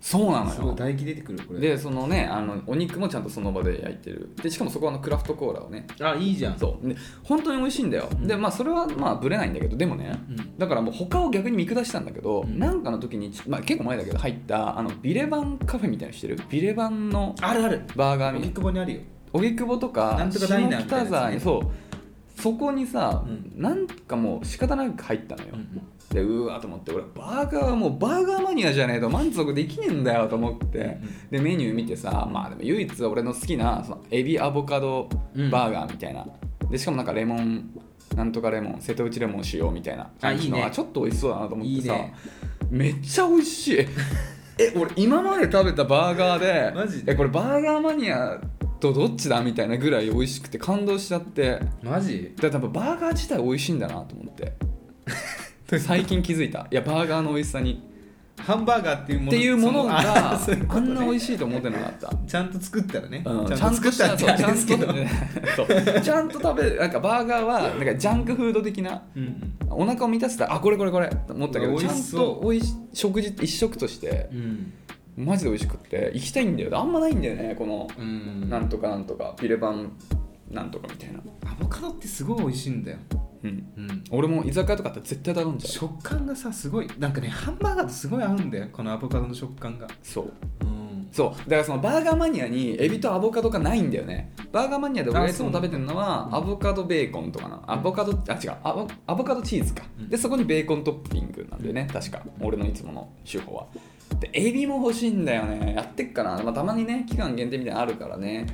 Speaker 2: そうなの
Speaker 1: すごい
Speaker 2: よ
Speaker 1: 唾液出てくるこれ
Speaker 2: でそのねあのお肉もちゃんとその場で焼いてるでしかもそこはあのクラフトコーラをね
Speaker 1: あいいじゃん
Speaker 2: そうで本当に美味しいんだよ、
Speaker 1: ん
Speaker 2: でまあそれはまあブレないんだけどでもね、
Speaker 1: うん
Speaker 2: だからもう他を逆に見下したんだけど、
Speaker 1: うん
Speaker 2: なんかの時に、まあ、結構前だけど入ったあのビレバンカフェみたいなのしてるビレバンの
Speaker 1: あるある
Speaker 2: バーガーみたい
Speaker 1: 荻
Speaker 2: な
Speaker 1: 窪にあるよ
Speaker 2: 荻窪とか
Speaker 1: なんとかダイナーみたいなやつね
Speaker 2: 下北沢にそうそこにさ、
Speaker 1: うん
Speaker 2: なんかもう仕方なく入ったのよ、
Speaker 1: ん
Speaker 2: でうわーと思って俺バーガーはもうバーガーマニアじゃねえと満足できねえんだよと思って、でメニュー見てさまあでも唯一俺の好きなそのエビアボカドバーガーみたいな、でしかもなんかレモンなんとかレモン瀬戸内レモンしようみたいな感じの
Speaker 1: あいいね
Speaker 2: ちょっと美味しそうだなと思ってさ
Speaker 1: いいね
Speaker 2: めっちゃ美味し いえ俺今まで食べたバーガーで
Speaker 1: マジで
Speaker 2: えこれバーガーマニアとどっちだみたいなぐらい美味しくて感動しちゃって
Speaker 1: マジ
Speaker 2: だから多分バーガー自体美味しいんだなと思っ て最近気づいたいやバーガーの美味しさに
Speaker 1: ハンバーガーっていうもの
Speaker 2: っていうものが
Speaker 1: そういうこ
Speaker 2: あ
Speaker 1: とね
Speaker 2: んな美味しいと思ってなかった
Speaker 1: ちゃんと作ったらね、
Speaker 2: うん
Speaker 1: ちゃんと作ったってあれですけど、
Speaker 2: ちゃんと そうちゃんと食べるなんかバーガーはなんかジャンクフード的な
Speaker 1: うんうん
Speaker 2: お腹を満たせたあこれこれこれと思ったけ
Speaker 1: う
Speaker 2: ど
Speaker 1: わ
Speaker 2: ち
Speaker 1: 美
Speaker 2: ゃ
Speaker 1: 味
Speaker 2: ん
Speaker 1: しそう
Speaker 2: とおいし食事一食として
Speaker 1: うん
Speaker 2: マジで美味しくって行きたいんだよあんまないんだよねこの
Speaker 1: うん
Speaker 2: なんとかなんとかピレバンなんとかみたいな、
Speaker 1: アボカドってすごい美味しいんだよ、
Speaker 2: うん、
Speaker 1: うん、
Speaker 2: 俺も居酒屋とかだって絶対頼んじゃう
Speaker 1: 食感がさすごいなんかねハンバーガーとすごい合うんだよこのアボカドの食感が
Speaker 2: そう
Speaker 1: うん
Speaker 2: そうだからそのバーガーマニアにエビとアボカドがないんだよねバーガーマニアで俺がいつも食べてるのはアボカドベーコンとかなアボカドあ違うアボアボカドチーズか
Speaker 1: うん
Speaker 2: でそこにベーコントッピングなんだよね確か俺のいつもの手法はでエビも欲しいんだよねやってっかな、まあ、たまにね期間限定みたいなのあるからね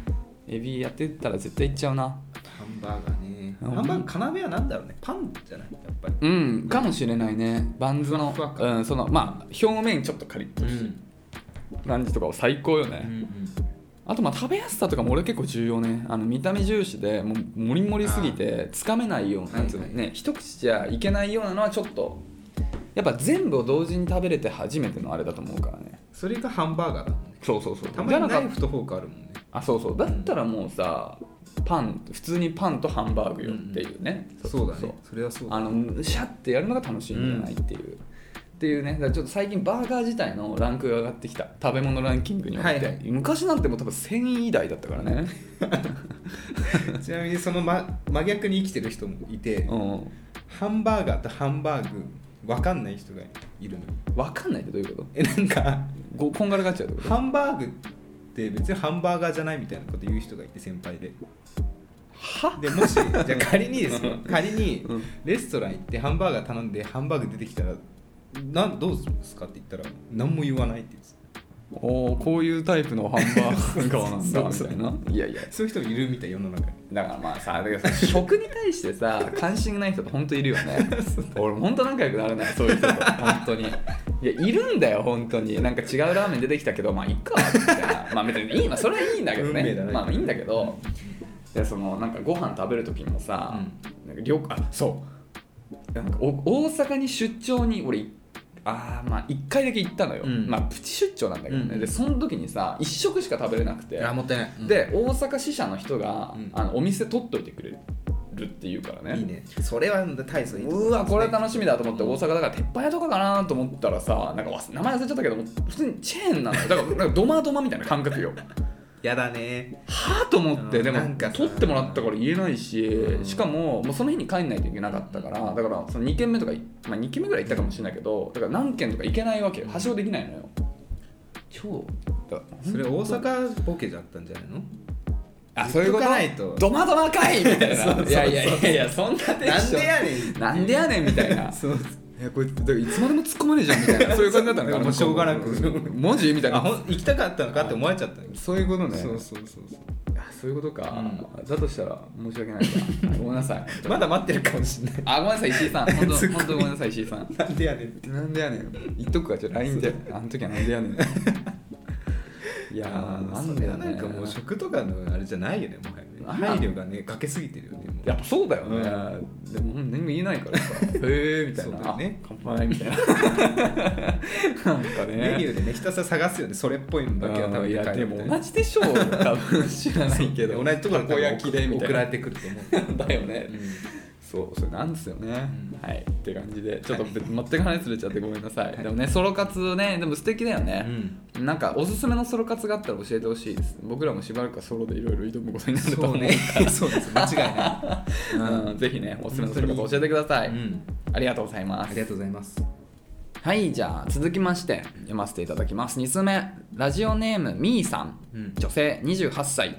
Speaker 2: エビやってたら絶対いっちゃうな
Speaker 1: ハンバーガーね
Speaker 2: うん
Speaker 1: ハンバーガー要はなんだろうねパンじゃないやっぱり
Speaker 2: うんかもしれないねバンズの
Speaker 1: ふわふわ
Speaker 2: うんそのまあ表面ちょっとカリッと
Speaker 1: ん、
Speaker 2: 感じとかは最高よね、
Speaker 1: うん
Speaker 2: あとまあ食べやすさとかも俺結構重要ねあの見た目重視でもうもりもりすぎてつかめないような
Speaker 1: はいはい
Speaker 2: なんつうのね一口じゃいけないようなのはちょっとやっぱ全部を同時に食べれて初めてのあれだと思うからね
Speaker 1: それがハンバーガーだもんね
Speaker 2: そうそうそう
Speaker 1: た
Speaker 2: じ
Speaker 1: ま
Speaker 2: ゃな
Speaker 1: に
Speaker 2: か
Speaker 1: ナ
Speaker 2: っ
Speaker 1: イフとフォークあるもんね
Speaker 2: あそうそうだったらもうさパン普通にパンとハンバーグよっていうね、
Speaker 1: そうだねそれはそうだ
Speaker 2: あのシャッてやるのが楽しいんじゃないっていう、っていうねだからちょっと最近バーガー自体のランクが上がってきた食べ物ランキングによって、
Speaker 1: はいはい
Speaker 2: 昔なんてもう多分1000位以内だったから ね
Speaker 1: ちなみにその真真逆に生きてる人もいて、
Speaker 2: うん
Speaker 1: ハンバーガーとハンバーグ分かんない人がいるのよ
Speaker 2: わかんないってどういうこと
Speaker 1: えなんか
Speaker 2: ごこんがらがっちゃうってこ
Speaker 1: ハンバーグって別にハンバーガーじゃないみたいなこと言う人がいて先輩で
Speaker 2: は
Speaker 1: でもしじゃあ 仮にですよ仮に
Speaker 2: うん
Speaker 1: レストラン行ってハンバーガー頼んでハンバーグ出てきたらなんどうするんですかって言ったら何も言わないって言うんです
Speaker 2: とおおこういうタイプのハンバーガーなん
Speaker 1: そ
Speaker 2: だ
Speaker 1: う
Speaker 2: み
Speaker 1: そう
Speaker 2: たいないやいや
Speaker 1: そういう人もいるみたい世の中に
Speaker 2: だからまあさだからさ食に対してさ関心がない人って本当いるよ ね俺本当仲良くなれないそういう人と本当にいやいるんだよ本当になんか違うラーメン出てきたけどまあいっかみたいなまあ別にいいまあそれはいいんだけど
Speaker 1: 運
Speaker 2: ね
Speaker 1: 命だね
Speaker 2: まあいいんだけどでそのなんかご飯食べる時もさ、なんか旅あそうなんかお大阪に出張に俺いあーまあ1回だけ行ったのよ、
Speaker 1: うん
Speaker 2: まあプチ出張なんだけどね、
Speaker 1: うん
Speaker 2: でその時にさ1食しか食べれなくて
Speaker 1: もったいないで、
Speaker 2: で大阪支社の人が、
Speaker 1: うん
Speaker 2: あのお店取っといてくれるっていうからね
Speaker 1: いいねそれは大層いいと思
Speaker 2: うわこれ楽しみだと思って
Speaker 1: うん
Speaker 2: 大阪だから鉄板屋とかかなと思ったらさなんかわ名前忘れちゃったけど普通にチェーンなのよだからなんかドマドマみたいな感覚よ
Speaker 1: やだね
Speaker 2: はあと思って
Speaker 1: うん
Speaker 2: でも
Speaker 1: なんかさ
Speaker 2: 取ってもらったから言えないし
Speaker 1: うん
Speaker 2: しかももうその日に帰んないといけなかったからだからその2軒目とか、まあ、2軒目ぐらい行ったかもしれないけどだから何軒とか行けないわけよはしごできないのよ今日
Speaker 1: それ大阪ボケだったんじゃないの
Speaker 2: あそういうこ
Speaker 1: 言っとかない
Speaker 2: と
Speaker 1: と
Speaker 2: ドマドマかいみた い
Speaker 1: そうそうそ
Speaker 2: な
Speaker 1: う
Speaker 2: いやいやいやいやそんなテン
Speaker 1: なん
Speaker 2: ショ
Speaker 1: で
Speaker 2: ン
Speaker 1: やねん
Speaker 2: なんでやねんみたいな
Speaker 1: そう
Speaker 2: いやこれだからいつまでも突っ込まねえじゃんみた いなそういう感じだったのかな
Speaker 1: もうしょうがなく
Speaker 2: 文字みたい
Speaker 1: あほ
Speaker 2: なん
Speaker 1: 行きたかったのかって思われちゃったの
Speaker 2: そういうことね
Speaker 1: そうそうそうそう
Speaker 2: あそういうことか、
Speaker 1: う
Speaker 2: だとしたら申し訳ないなごめんな さい
Speaker 1: まだ待ってるかもしれない
Speaker 2: あごめんなさい石井さん 本
Speaker 1: ツッコ
Speaker 2: 当
Speaker 1: ミ
Speaker 2: 本当ごめんなさい石井さん
Speaker 1: なんでやねんって
Speaker 2: なんでやねん言っとくかちょっと LINE であの時はなんでや ねんい
Speaker 1: い
Speaker 2: や
Speaker 1: やー
Speaker 2: ーな
Speaker 1: なんん
Speaker 2: で
Speaker 1: で
Speaker 2: や
Speaker 1: な
Speaker 2: ね
Speaker 1: んかもう食とかのあれじゃないよねもはやね
Speaker 2: あ
Speaker 1: 配慮がねかけすぎてるよねもう
Speaker 2: やっぱそうだよね、
Speaker 1: う
Speaker 2: でももう何も言えない からさへえみたい
Speaker 1: そう
Speaker 2: な
Speaker 1: だよね
Speaker 2: あ乾杯みた いな
Speaker 1: メニ
Speaker 2: なんかね
Speaker 1: ューでねひたすら探すよねそれっぽいのだけは食べて
Speaker 2: い
Speaker 1: 帰
Speaker 2: や
Speaker 1: る
Speaker 2: で
Speaker 1: みた
Speaker 2: も
Speaker 1: いな
Speaker 2: 同じでしょう多分 知らないけど
Speaker 1: 同じところ
Speaker 2: たこ焼きでみたい
Speaker 1: 送
Speaker 2: な
Speaker 1: られてくると思う
Speaker 2: だよね、
Speaker 1: うん
Speaker 2: そうそれなんですよね、
Speaker 1: ん
Speaker 2: はいって感じでちょっと別全く話ずれちゃってごめんなさい、でもねソロ活ねでも素敵だよね、 なんかおすすめのソロ活があったら教えてほしいです僕らもしばらくはソロでいろいろ挑むことになると
Speaker 1: そ
Speaker 2: 思う
Speaker 1: うねそうです間違いな
Speaker 2: うんぜひねおすすめのソロ活教えてください、
Speaker 1: い、うん、
Speaker 2: ありがとうございま
Speaker 1: あ
Speaker 2: す
Speaker 1: りがとうございます
Speaker 2: はいじゃあ続きまして読ませていただきます2通目ラジオネームみーさん、
Speaker 1: うん
Speaker 2: 女性28歳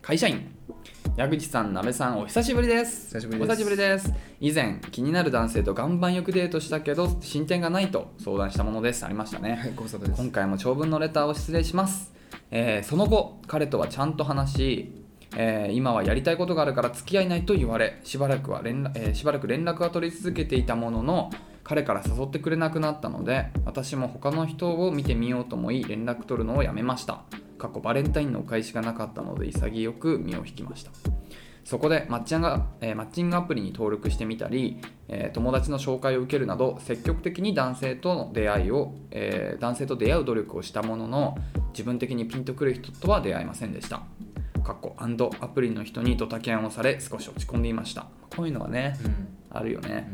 Speaker 2: 会社員矢口さん、なべさん、お久しぶりです。
Speaker 1: 久しぶりです
Speaker 2: お久しぶりです。以前、気になる男性と岩盤浴デートしたけど、進展がないと相談したものです。ありましたね。
Speaker 1: はいご無沙汰です
Speaker 2: 今回も長文のレターを失礼します、えーその後彼とはちゃんと話し、えー今はやりたいことがあるから付き合いないと言われしばらくは連絡、えーしばらく連絡は取り続けていたものの彼から誘ってくれなくなったので私も他の人を見てみようと思い連絡取るのをやめました過去バレンタインのお返しがなかったので潔く身を引きましたそこでマッチングが、えーマッチングアプリに登録してみたり、えー友達の紹介を受けるなど積極的に男性との出会いを、えー男性と出会う努力をしたものの自分的にピンとくる人とは出会いませんでしたかっこアプリの人にドタキャンをされ少し落ち込んでいましたこういうのはね、あるよね、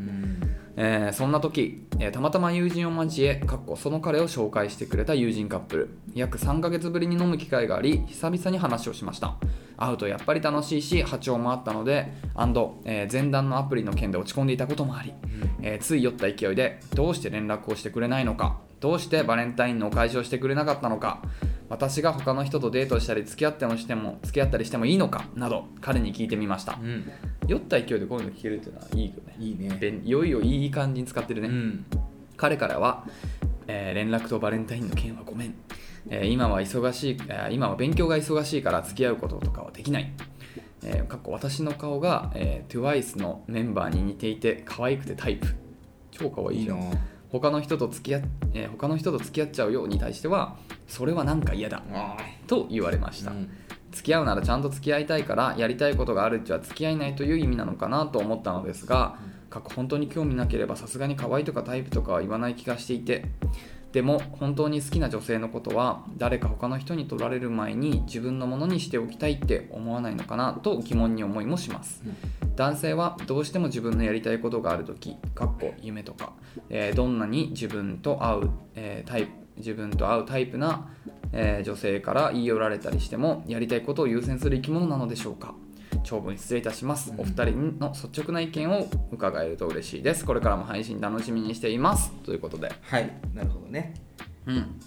Speaker 2: えーそんな時、えーたまたま友人を交えかっこその彼を紹介してくれた友人カップル約3ヶ月ぶりに飲む機会があり久々に話をしました会うとやっぱり楽しいし波長もあったので、and えー前段のアプリの件で落ち込んでいたこともあり、えーつい酔った勢いでどうして連絡をしてくれないのかどうしてバレンタインのお返しをしてくれなかったのか私が他の人とデートしたり付き合ってもしても付き合ったりしてもいいのかなど彼に聞いてみました、
Speaker 1: うん
Speaker 2: 酔った勢いでこういうの聞けるっていうのはいいよね
Speaker 1: いいね
Speaker 2: 便いよいよいい感じに使ってるね、
Speaker 1: うん
Speaker 2: 彼からは、えー連絡とバレンタインの件はごめん、えー今は忙しい、えー今は勉強が忙しいから付き合うこととかはできない、えーかっこ私の顔が、えー、TWICE のメンバーに似ていて可愛くてタイプ超可愛い
Speaker 1: いい
Speaker 2: じゃん
Speaker 1: な
Speaker 2: 他の人と付き合っ、えー他の人と付き合っちゃうように対してはそれはなんか嫌だ
Speaker 1: あ
Speaker 2: と言われました、
Speaker 1: うん
Speaker 2: 付き合うならちゃんと付き合いたいからやりたいことがあるうちは付き合いないという意味なのかなと思ったのですが過去本当に興味なければさすがに可愛いとかタイプとかは言わない気がしていてでも本当に好きな女性のことは誰か他の人に取られる前に自分のものにしておきたいって思わないのかなと疑問に思いもします男性はどうしても自分のやりたいことがある時かっこ夢とか、えーどんなに自分と合う、えータイプ自分と合うタイプな、えー女性から言い寄られたりしてもやりたいことを優先する生き物なのでしょうか長文失礼いたしますお二人の率直な意見を伺えると嬉しいですこれからも配信楽しみにしていますということで
Speaker 1: はいなるほどね
Speaker 2: うん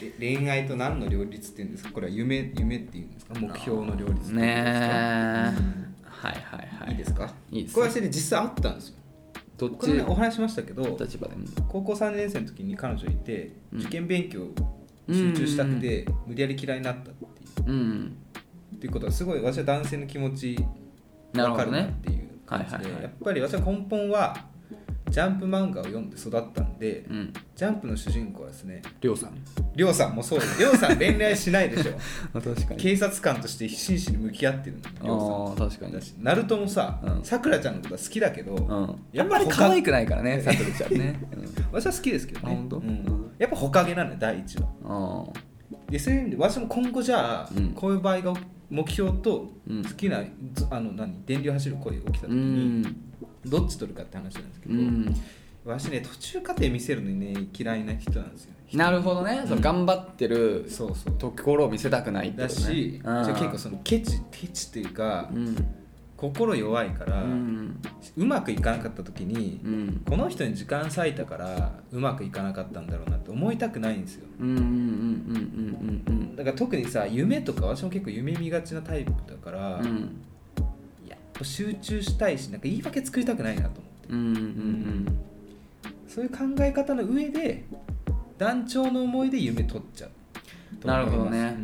Speaker 1: で恋愛と何の両立っていうんですかこれは夢夢っていうんですか目標の両立っていうんですか
Speaker 2: ねえはいはいはい
Speaker 1: いいですか
Speaker 2: いいです
Speaker 1: これは私ね実際あったんですよ
Speaker 2: どっ
Speaker 1: こ
Speaker 2: ち
Speaker 1: れねお話ししましたけど
Speaker 2: 立場でも
Speaker 1: 高校3年生の時に彼女いて
Speaker 2: うん
Speaker 1: 受験勉強集中したくて無理やり嫌いになったっていう
Speaker 2: うん
Speaker 1: っていうことはすごい私は男性の気持ち
Speaker 2: なる
Speaker 1: わ
Speaker 2: ほ
Speaker 1: か
Speaker 2: ど
Speaker 1: るな
Speaker 2: ね
Speaker 1: っていう感じで、
Speaker 2: はいはいはい
Speaker 1: やっぱり私は根本はジャンプ漫画を読んで育ったんで、
Speaker 2: うん
Speaker 1: ジャンプの主人公はですね
Speaker 2: りょうさん
Speaker 1: りょうさんもそうですりょうさん恋愛しないでしょ
Speaker 2: 確かに
Speaker 1: 警察官として真摯に向き合ってるの
Speaker 2: あ
Speaker 1: りょ
Speaker 2: ー確か
Speaker 1: うさん
Speaker 2: に
Speaker 1: だしナルトもさ
Speaker 2: うん
Speaker 1: さくらちゃんのことは好きだけど、
Speaker 2: うん
Speaker 1: や
Speaker 2: やっ
Speaker 1: っ
Speaker 2: ぱ
Speaker 1: ぱ
Speaker 2: り
Speaker 1: り
Speaker 2: 可
Speaker 1: 可
Speaker 2: 愛
Speaker 1: 愛
Speaker 2: くないからねサトルちゃんね
Speaker 1: 私は好きですけど
Speaker 2: あ
Speaker 1: ね
Speaker 2: 本当
Speaker 1: うんやっぱほかげなのよ第一は
Speaker 2: うんあ
Speaker 1: でそういう意味で私も今後じゃあ、
Speaker 2: うん
Speaker 1: こういう場合が目標と
Speaker 2: うん
Speaker 1: 好きな、ずあの何電流走る声が起きた
Speaker 2: ー
Speaker 1: 時
Speaker 2: う
Speaker 1: に、
Speaker 2: ん
Speaker 1: どっち取るかって話なんですけ
Speaker 2: う
Speaker 1: ど、
Speaker 2: ん
Speaker 1: 私ね途中過程見せるのにね嫌いな人なんですよね
Speaker 2: なるほどね、その頑張ってる
Speaker 1: そうそう
Speaker 2: ところを見せたくないって
Speaker 1: だ
Speaker 2: ことね
Speaker 1: し、じゃあ結構
Speaker 2: そ
Speaker 1: そのケチケチっていうか、
Speaker 2: うん
Speaker 1: 心弱いから、
Speaker 2: う
Speaker 1: うんまくいかなかった時に、
Speaker 2: うん
Speaker 1: この人に時間割いたからうまくいかなかったんだろうなって思いたくないんですよ
Speaker 2: うんうんうんうんうんうん
Speaker 1: だから特にさ夢とか私も結構夢見がちなタイプだから、
Speaker 2: うん
Speaker 1: やっぱ集中したいしなんか言い訳作りたくないなと思って
Speaker 2: うんうん
Speaker 1: そういう考え方の上で団長の思いで夢取っちゃうと思います
Speaker 2: なるほどね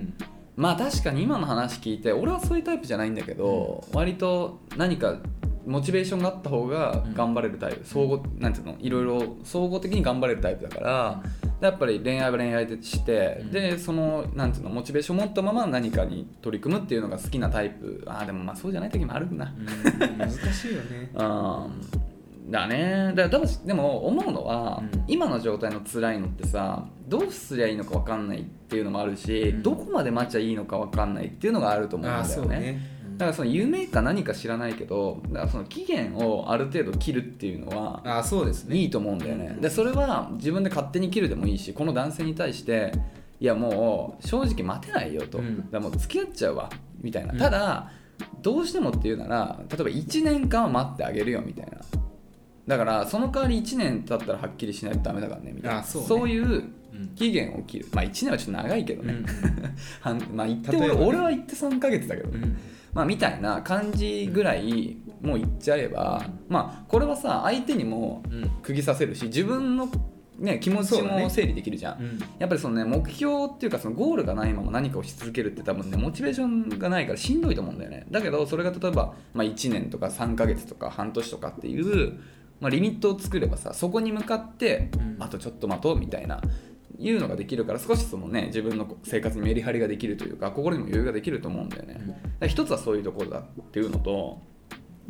Speaker 2: まあ確かに今の話聞いて俺はそういうタイプじゃないんだけど割と何かモチベーションがあった方が頑張れるタイプ総合なんていうのいろいろ総合的に頑張れるタイプだからやっぱり恋愛は恋愛でして、
Speaker 1: うん
Speaker 2: でそのなんていうのモチベーション持ったまま何かに取り組むっていうのが好きなタイプあーでもまあそうじゃない時もあるな、
Speaker 1: うん、難しいよね
Speaker 2: うんだねだだからでも思うのは、
Speaker 1: うん
Speaker 2: 今の状態の辛いのってさどうすりゃいいのか分かんないっていうのもあるし、
Speaker 1: うん
Speaker 2: どこまで待っちゃいいのか分かんないっていうのがあると思うん
Speaker 1: ああ
Speaker 2: だ
Speaker 1: そ
Speaker 2: よ
Speaker 1: う
Speaker 2: ね
Speaker 1: ね、
Speaker 2: だからその夢か何か知らないけどだからその期限をある程度切るっていうのは
Speaker 1: ああそうですね
Speaker 2: いいと思うんだよねでそれは自分で勝手に切るでもいいしこの男性に対していやもう正直待てないよと、
Speaker 1: うん
Speaker 2: だからもう付き合っちゃうわみたいな、
Speaker 1: うん
Speaker 2: ただどうしてもっていうなら例えば1年間は待ってあげるよみたいなだからその代わり1年経ったらはっきりしないとダメだからねみたいな
Speaker 1: あそうね
Speaker 2: いう
Speaker 1: うん
Speaker 2: 期限を切るまあ1年はちょっと長いけど
Speaker 1: う
Speaker 2: ね、
Speaker 1: ん
Speaker 2: はんまあ言って
Speaker 1: 例え
Speaker 2: 俺,、
Speaker 1: ばね
Speaker 2: は言って3ヶ月だけどね、
Speaker 1: うん
Speaker 2: まあ、みたいな感じぐらいもう言っちゃえば、まあこれはさ相手にも
Speaker 1: うん
Speaker 2: 釘刺せるし自分の、ね、気持ち
Speaker 1: そうだ
Speaker 2: も
Speaker 1: ね
Speaker 2: 整理できるじゃん、やっぱりその、ね、目標っていうかそのゴールがないまま何かをし続けるって多分ねモチベーションがないからしんどいと思うんだよねだけどそれが例えば、まあ、1年とか3ヶ月とか半年とかっていう、まあ、リミットを作ればさそこに向かって、
Speaker 1: うん
Speaker 2: あとちょっと待とうみたいないうのができるから少しそのね自分の生活にメリハリができるというか心にも余裕ができると思うんだよね、
Speaker 1: うん
Speaker 2: だから一つはそういうところだっていうのと、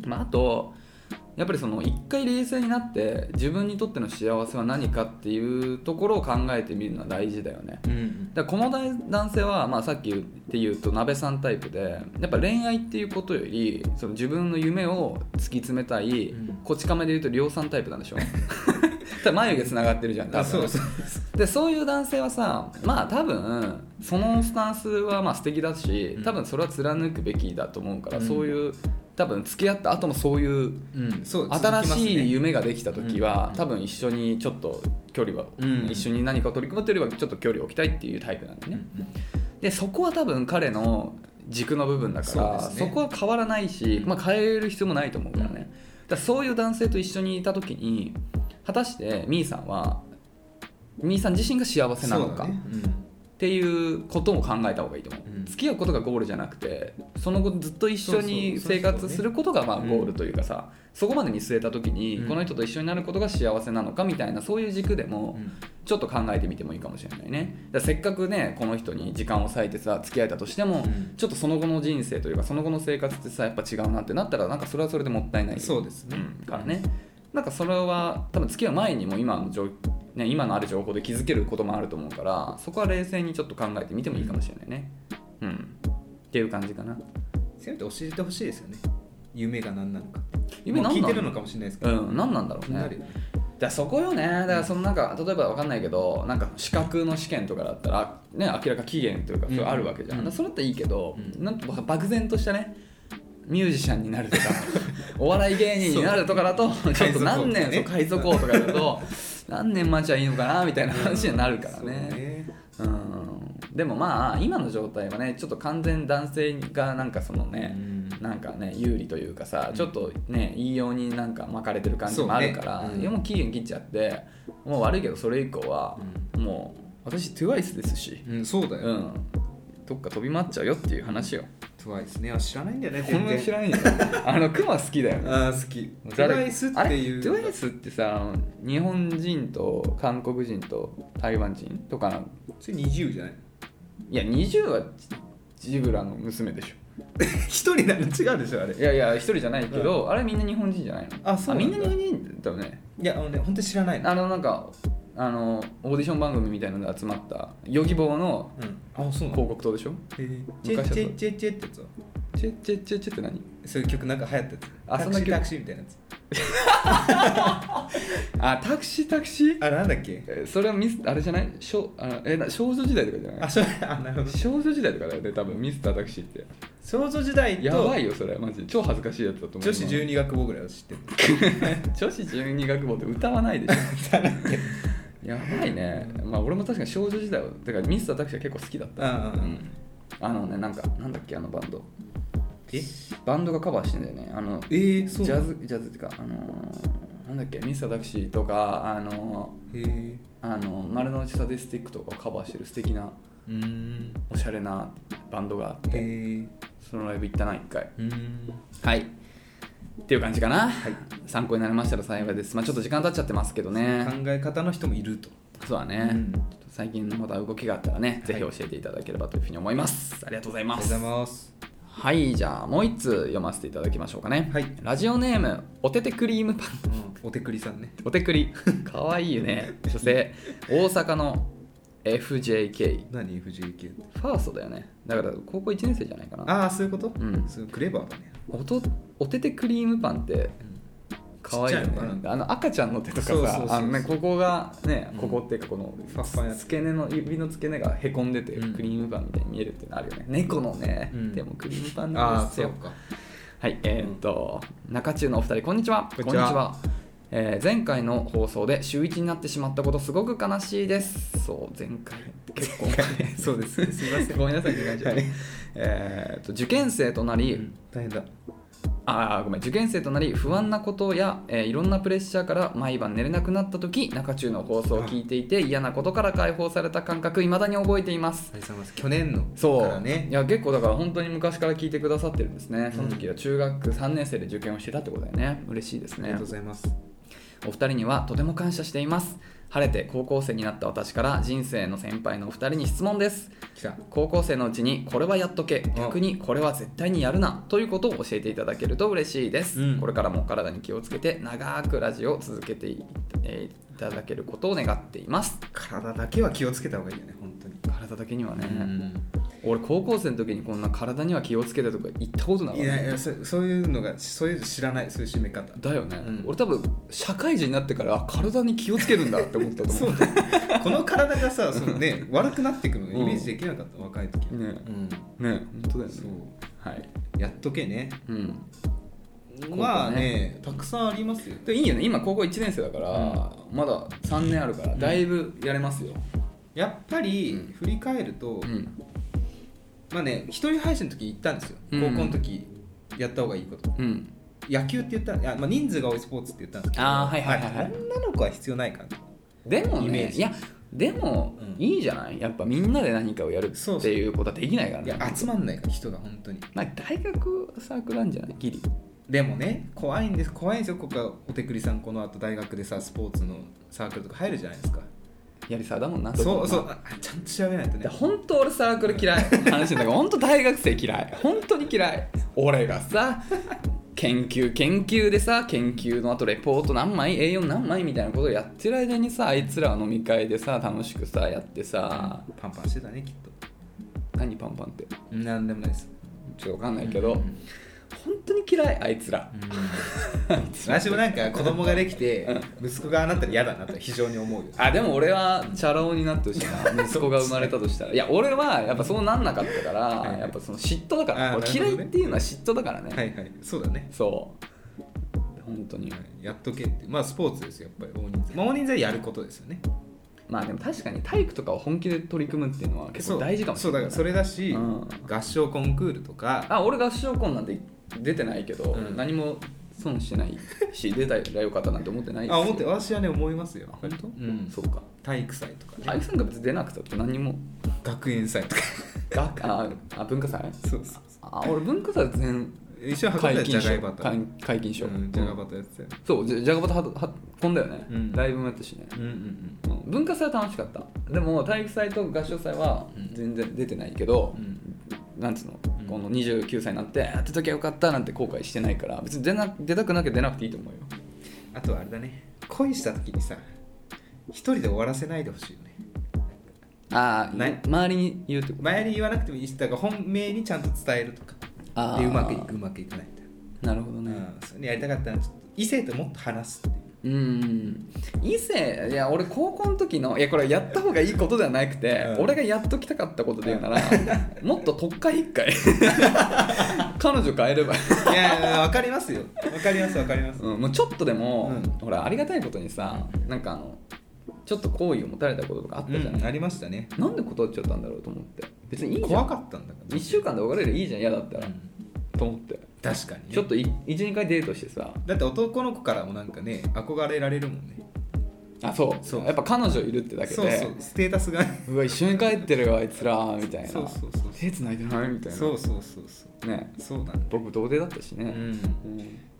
Speaker 2: まあ、あとやっぱりその一回冷静になって自分にとっての幸せは何かっていうところを考えてみるのは大事だよね
Speaker 1: うん
Speaker 2: だからこの大男性は、まあ、さっき言って言うと鍋さんタイプでやっぱ恋愛っていうことよりその自分の夢を突き詰めたい、
Speaker 1: うん
Speaker 2: こち亀で言うと量産タイプなんでしょ ただ眉毛つながってるじゃん多分
Speaker 1: あそうそう
Speaker 2: でそういう男性はさまあ多分そのスタンスはまあ素敵だし
Speaker 1: うん
Speaker 2: 多分それは貫くべきだと思うから、
Speaker 1: うん
Speaker 2: そういう多分付き合った後もそういう
Speaker 1: うんそう
Speaker 2: 新しい
Speaker 1: 夢
Speaker 2: 夢ができた時は、
Speaker 1: うん
Speaker 2: 多分一緒にちょっと距離は、
Speaker 1: うん
Speaker 2: 一緒に何かを取り組むというよりはちょっと距離を置きたいっていうタイプなんでね、でそこは多分彼の軸の部分だから
Speaker 1: そう
Speaker 2: そ,、
Speaker 1: ですね
Speaker 2: こは変わらないし、まあ、変える必要もないと思うからね、
Speaker 1: うん
Speaker 2: だからそういう男性と一緒にいた時に果たしてみーさんはみーさん自身が幸せなの
Speaker 1: そ
Speaker 2: か、
Speaker 1: うだね
Speaker 2: っていうことも考えた方がいいと思う、
Speaker 1: うん
Speaker 2: 付き合うことがゴールじゃなくてその後ずっと一緒に
Speaker 1: そうそう
Speaker 2: 生活することがまあ
Speaker 1: うん
Speaker 2: ゴールというかさそこまで見据えた時に
Speaker 1: うん
Speaker 2: この人と一緒になることが幸せなのかみたいなそういう軸で
Speaker 1: う
Speaker 2: も
Speaker 1: ん
Speaker 2: ちょっと考えてみてもいいかもしれないねだからせっかくねこの人に時間を割いてさ付き合えたとしても
Speaker 1: うん
Speaker 2: ちょっとその後の人生というかその後の生活ってさやっぱ違うなってなったらなんかそれはそれでもったいない
Speaker 1: そうですね
Speaker 2: うんからねなんかそれは多分付き合う前にも今の状ね、今のある情報で気づけることもあると思うからそこは冷静にちょっと考えてみてもいいかもしれないねうんっていう感じかな
Speaker 1: せめて教えてほしいですよね夢が何なのか
Speaker 2: 夢
Speaker 1: もう
Speaker 2: 何
Speaker 1: 聞い
Speaker 2: な
Speaker 1: て
Speaker 2: ん
Speaker 1: る
Speaker 2: だ
Speaker 1: のかもしれないですけ
Speaker 2: う
Speaker 1: ど
Speaker 2: ん何なんだろう
Speaker 1: 気に
Speaker 2: ね
Speaker 1: なるよね
Speaker 2: だからそこよねだからそのなんか例えば分かんないけどなんか資格の試験とかだったら、ね、明らか期限というか
Speaker 1: うん
Speaker 2: それあるわけじゃん、
Speaker 1: うん
Speaker 2: だからそれっていいけど、
Speaker 1: うん
Speaker 2: なんと漠然としたねミュージシャンになると かお笑い芸人になるとかだとちょっと何年そう海
Speaker 1: 海
Speaker 2: 賊王とかだと 何年待ちゃいいのかなみたいな話になるから
Speaker 1: そう
Speaker 2: ね。うんでもまあ今の状態はねちょっと完全男性がなんかそのね、
Speaker 1: うん
Speaker 2: なんかね有利というかさ、
Speaker 1: うん
Speaker 2: ちょっとねいいようになんか巻かれてる感じもあるから、
Speaker 1: そうねうん
Speaker 2: いやもう期限切っちゃってもう悪いけどそれ以降は、もう私 TWICE ですし、
Speaker 1: うんそうだよ
Speaker 2: うん、どっか飛び回っちゃうよっていう話よ。
Speaker 1: TWICE ねあ知らないんだよね
Speaker 2: こん
Speaker 1: 全
Speaker 2: な
Speaker 1: 然
Speaker 2: 知らないよあのクマ好きだよね
Speaker 1: あー好き
Speaker 2: 誰
Speaker 1: TWICE ってい
Speaker 2: あれ
Speaker 1: う
Speaker 2: TWICE ってさ日本人と韓国人と台湾人とかの
Speaker 1: それ20じゃない
Speaker 2: いや20はジブラの娘でしょ
Speaker 1: 一人なの違うでしょあれ
Speaker 2: いやいや一人じゃないけど、あれみんな日本人じゃないの
Speaker 1: あそうなんだ
Speaker 2: みんな日本人だよね
Speaker 1: いやあのね本当に知らないの
Speaker 2: あのなんかあのオーディション番組みたいなので集まったヨギボーの
Speaker 1: うんあそうな
Speaker 2: 広
Speaker 1: の
Speaker 2: 告塔でしょ
Speaker 1: へーチ
Speaker 2: 昔
Speaker 1: ェ
Speaker 2: は
Speaker 1: ッ
Speaker 2: そう
Speaker 1: チェッチェッチェッってやつは
Speaker 2: チェッチェッチェッチェッって何
Speaker 1: そういう曲なんか流行ったやつタ
Speaker 2: あ
Speaker 1: クシ
Speaker 2: そんな曲
Speaker 1: ータクシーみたいなやつ
Speaker 2: あタクシータクシー
Speaker 1: あなんだっけ
Speaker 2: えそれはミスあれじゃない少あのえな少女時代とかじゃな
Speaker 1: あ
Speaker 2: い
Speaker 1: それあなるほど
Speaker 2: 少女時代とかだよね多分ミスタータクシーって
Speaker 1: 少女時代と
Speaker 2: やばいよそれマジで超恥ずかしいやつだと思う
Speaker 1: 女子十二学部ぐらいは知ってる
Speaker 2: 女子十二学部って歌わない でしょやばいねまあ俺も確かに少女時代はだからミスタータクシーは結構好きだった
Speaker 1: うんうんうん
Speaker 2: あのねなんかなんだっけあのバンド
Speaker 1: え
Speaker 2: バンドがカバーしてんだよねあの
Speaker 1: えー、
Speaker 2: ジ
Speaker 1: そうな
Speaker 2: ャ
Speaker 1: の
Speaker 2: ズジャズっていうかあのーなんだっけミスタータクシーとかあの
Speaker 1: へえ
Speaker 2: ーあの丸の内サディスティックとかをカバーしてる素敵な
Speaker 1: うーん
Speaker 2: おしゃれなバンドがあ
Speaker 1: へ
Speaker 2: って、
Speaker 1: え
Speaker 2: そのライブ行ったな1回
Speaker 1: うーん
Speaker 2: はいっていう感じかな、参考になりましたら幸いですまあちょっと時間経っちゃってますけどね
Speaker 1: 考え方の人もいると
Speaker 2: そうだね、
Speaker 1: うん
Speaker 2: ちょっと最近また動きがあったらね、ぜひ教えていただければというふうに思いますありがとうござい
Speaker 1: あ
Speaker 2: ま
Speaker 1: りがと
Speaker 2: す
Speaker 1: うございます
Speaker 2: はいじゃあもう1通読ませていただきましょうかね、
Speaker 1: はい
Speaker 2: ラジオネームおててクリームパン
Speaker 1: お手くりさんね
Speaker 2: おてくりかわいいよね女性大阪の FJK
Speaker 1: 何 FJK って
Speaker 2: ファーストだよねだから高校1年生じゃないかな
Speaker 1: ああそういうこと
Speaker 2: うん
Speaker 1: すごいクレバーだね
Speaker 2: おとおててクリームパンって可愛いよ
Speaker 1: ちっ
Speaker 2: ね
Speaker 1: ちゃいのか
Speaker 2: あの赤ちゃんの手とか
Speaker 1: そうそうそ
Speaker 2: さ
Speaker 1: うそう
Speaker 2: あのねここがねここっていうかこの
Speaker 1: ファッファやつ
Speaker 2: 付け根の指の付け根がへこんでて
Speaker 1: うん
Speaker 2: クリームパンみたいに見えるっていうのあるよね猫のね
Speaker 1: うん
Speaker 2: でもクリームパンな
Speaker 1: あ
Speaker 2: ん
Speaker 1: あ
Speaker 2: です
Speaker 1: そう
Speaker 2: よ
Speaker 1: か
Speaker 2: はいえーっと中中のお二人こんにちは
Speaker 1: こんにちは
Speaker 2: えー前回の放送で週1になってしまったことすごく悲しいですそう前回結構前
Speaker 1: そうですねすいません
Speaker 2: ごめんなさいって感じで、
Speaker 1: はい
Speaker 2: えーっと受験生となり、
Speaker 1: 大変だ
Speaker 2: あーごめん受験生となり不安なことや、えーいろんなプレッシャーから毎晩寝れなくなった時中中の放送を聞いていて嫌なことから解放された感覚いまだに覚えています
Speaker 1: ありがとうございます去年の
Speaker 2: そう
Speaker 1: からね
Speaker 2: いや結構だから本当に昔から聞いてくださってるんですねその時は中学3年生で受験をしてたってことだよね嬉しいです
Speaker 1: あり
Speaker 2: ね
Speaker 1: がとうございます
Speaker 2: お二人にはとても感謝しています晴れて高校生になった私から人生の先輩のお二人に質問です
Speaker 1: 来た
Speaker 2: 高校生のうちにこれはやっとけ逆にこれは絶対にやるなということを教えていただけると嬉しいです、
Speaker 1: うん
Speaker 2: これからもお体に気をつけて長くラジオを続けてい,、えーいただけることを願っています
Speaker 1: 体だけは気をつけた方がいいよね本当に
Speaker 2: 体だけにはね、俺高校生の時にこんな体には気をつけてとか言ったことなかっ
Speaker 1: いやい
Speaker 2: た
Speaker 1: やそそういうのがそういうの知らないそういう締め方
Speaker 2: だよね、
Speaker 1: うん
Speaker 2: 俺多分社会人になってからあ体に気をつけるんだって思ったと思う
Speaker 1: そうだよこの体がさその、 ね、悪くなってくるのイメージできなかった、若い時は
Speaker 2: ね
Speaker 1: うん
Speaker 2: ね本当だよね
Speaker 1: そう
Speaker 2: はい
Speaker 1: やっとけね
Speaker 2: うんね
Speaker 1: まあねたくさんありますよ
Speaker 2: でいいよね今高校1年生だから、まだ3年あるからだいぶやれますよ、
Speaker 1: やっぱり、
Speaker 2: うん
Speaker 1: 振り返ると、
Speaker 2: うん
Speaker 1: まあね一人配信の時言ったんですよ
Speaker 2: うん
Speaker 1: 高校の時やった方がいいこと
Speaker 2: うん、
Speaker 1: 野球って言ったいや、まあ、人数が多いスポーツって言ったんですけど
Speaker 2: あーはいはいはいはい
Speaker 1: まあ女の子は必要ないかな
Speaker 2: でも
Speaker 1: イメー
Speaker 2: ね
Speaker 1: ジ
Speaker 2: いやでも
Speaker 1: うん
Speaker 2: いいじゃないやっぱみんなで何かをやる
Speaker 1: そうそう
Speaker 2: っていうことはできないから
Speaker 1: い
Speaker 2: ね
Speaker 1: や集まんないから人が本当に
Speaker 2: まあ、大学サークルなんじゃないギリ
Speaker 1: でもね怖いんです怖いんですよここはおてくりさんこの後大学でさスポーツのサークルとか入るじゃないですか
Speaker 2: やりさだもんな
Speaker 1: そうそ
Speaker 2: こ
Speaker 1: うあちゃんと調べないと
Speaker 2: で
Speaker 1: ね
Speaker 2: 本当俺サークル嫌い話してんだけど本当大学生嫌い本当に嫌い俺が さ研究研究でさ研究のあとレポート何枚 A4 何枚みたいなことをやってる間にさあいつらは飲み会でさ楽しくさやってさ
Speaker 1: パンパンしてたねきっ
Speaker 2: 何パンパンって
Speaker 1: となんでもないです
Speaker 2: ちょっと分かんないけ ど本当に嫌いあいつら
Speaker 1: 私もなんか子供ができて息子があなたに嫌だなと非常に思うよ
Speaker 2: あでも俺はチャラ男になってほしいな息子が生まれたとしたらいや俺はやっぱそうなんなかったから
Speaker 1: はい
Speaker 2: やっぱその嫉妬だか
Speaker 1: あ
Speaker 2: ら
Speaker 1: ー
Speaker 2: 俺
Speaker 1: なるほどね
Speaker 2: 嫌いっていうのは嫉妬だからね、
Speaker 1: はいはいそうだね
Speaker 2: そう本当に
Speaker 1: やっとけってまあスポーツですよやっぱり大人数まあ大人数はやることですよね
Speaker 2: まあでも確かに体育とかを本気で取り組むっていうのは結
Speaker 1: そう
Speaker 2: 構大事かもしれな
Speaker 1: そうだ
Speaker 2: い
Speaker 1: からそれだし、
Speaker 2: うん
Speaker 1: 合唱コンクールとか
Speaker 2: あ俺合唱コンなんて出てないけど、
Speaker 1: うん
Speaker 2: 何も損してないし出たらよかったなんて思ってないです
Speaker 1: あ
Speaker 2: よ
Speaker 1: 思って私はね思いますよ
Speaker 2: あ本当、
Speaker 1: うん
Speaker 2: そうか
Speaker 1: 体育祭とかね
Speaker 2: あいさんが別に出なくたって何にも
Speaker 1: 学園祭とか
Speaker 2: がああ文化祭
Speaker 1: そうそう
Speaker 2: あ俺文化祭全
Speaker 1: 一緒に運んだ
Speaker 2: 解
Speaker 1: よじゃ
Speaker 2: 禁賞
Speaker 1: がいバター
Speaker 2: 解解禁賞、
Speaker 1: うんじゃがバターやってたよ
Speaker 2: そうじゃじゃがバタはは飛んだよね、
Speaker 1: うん
Speaker 2: ライブもやったしね、
Speaker 1: うんうんうん
Speaker 2: うん文化祭は楽しかったでも体育祭と合唱祭は
Speaker 1: うん
Speaker 2: 全然出てないけど、
Speaker 1: うん
Speaker 2: なんつうの
Speaker 1: うん
Speaker 2: この29歳になってやってときゃよかったなんて後悔してないから別に出な出たくなきゃ出なくていいと思うよ
Speaker 1: あとはあれだね恋した時にさ一人で終わらせないでほしいよね
Speaker 2: ああ、
Speaker 1: ね
Speaker 2: 周りに言うってこと
Speaker 1: 前に言わなくてもいいしだから本命にちゃんと伝えるとか
Speaker 2: あー
Speaker 1: でうまくいくうまくいかないみたいな
Speaker 2: なるほど
Speaker 1: う
Speaker 2: ね、
Speaker 1: ん、それやりたかったらちょっと異性ともっと話すっていう
Speaker 2: うん異性いや俺高校の時のいやこれやった方がいいことではなくて、
Speaker 1: うん
Speaker 2: 俺がやっときたかったことで言う なら、もっと特会一回彼女変えれば、
Speaker 1: いやいやわかりますよわかりますわかります
Speaker 2: うん、もうちょっとでも、
Speaker 1: うん
Speaker 2: ほらありがたいことにさなんかあのちょっと好意を持たれたこととかあったじゃない、
Speaker 1: ありましたね
Speaker 2: なんで断っちゃったんだろうと思って別にいいじゃ
Speaker 1: 怖
Speaker 2: ん
Speaker 1: かったんだから
Speaker 2: 1週間で別れるいいじゃん嫌だったら、
Speaker 1: うん
Speaker 2: と思って
Speaker 1: 確かにね、
Speaker 2: ちょっと12回デートしてさ
Speaker 1: だって男の子からもなんかね憧れられるもんね
Speaker 2: あそう
Speaker 1: そう
Speaker 2: やっぱ彼女いるってだけで
Speaker 1: そうそうステータスがね
Speaker 2: うわ一緒に帰ってるよあいつらみたいな
Speaker 1: そうそうそう
Speaker 2: 手繋いでないみたいな
Speaker 1: そうそうそうそ
Speaker 2: ね
Speaker 1: うそうなんだ
Speaker 2: 僕童貞だったし
Speaker 1: う
Speaker 2: ね、
Speaker 1: ん
Speaker 2: うん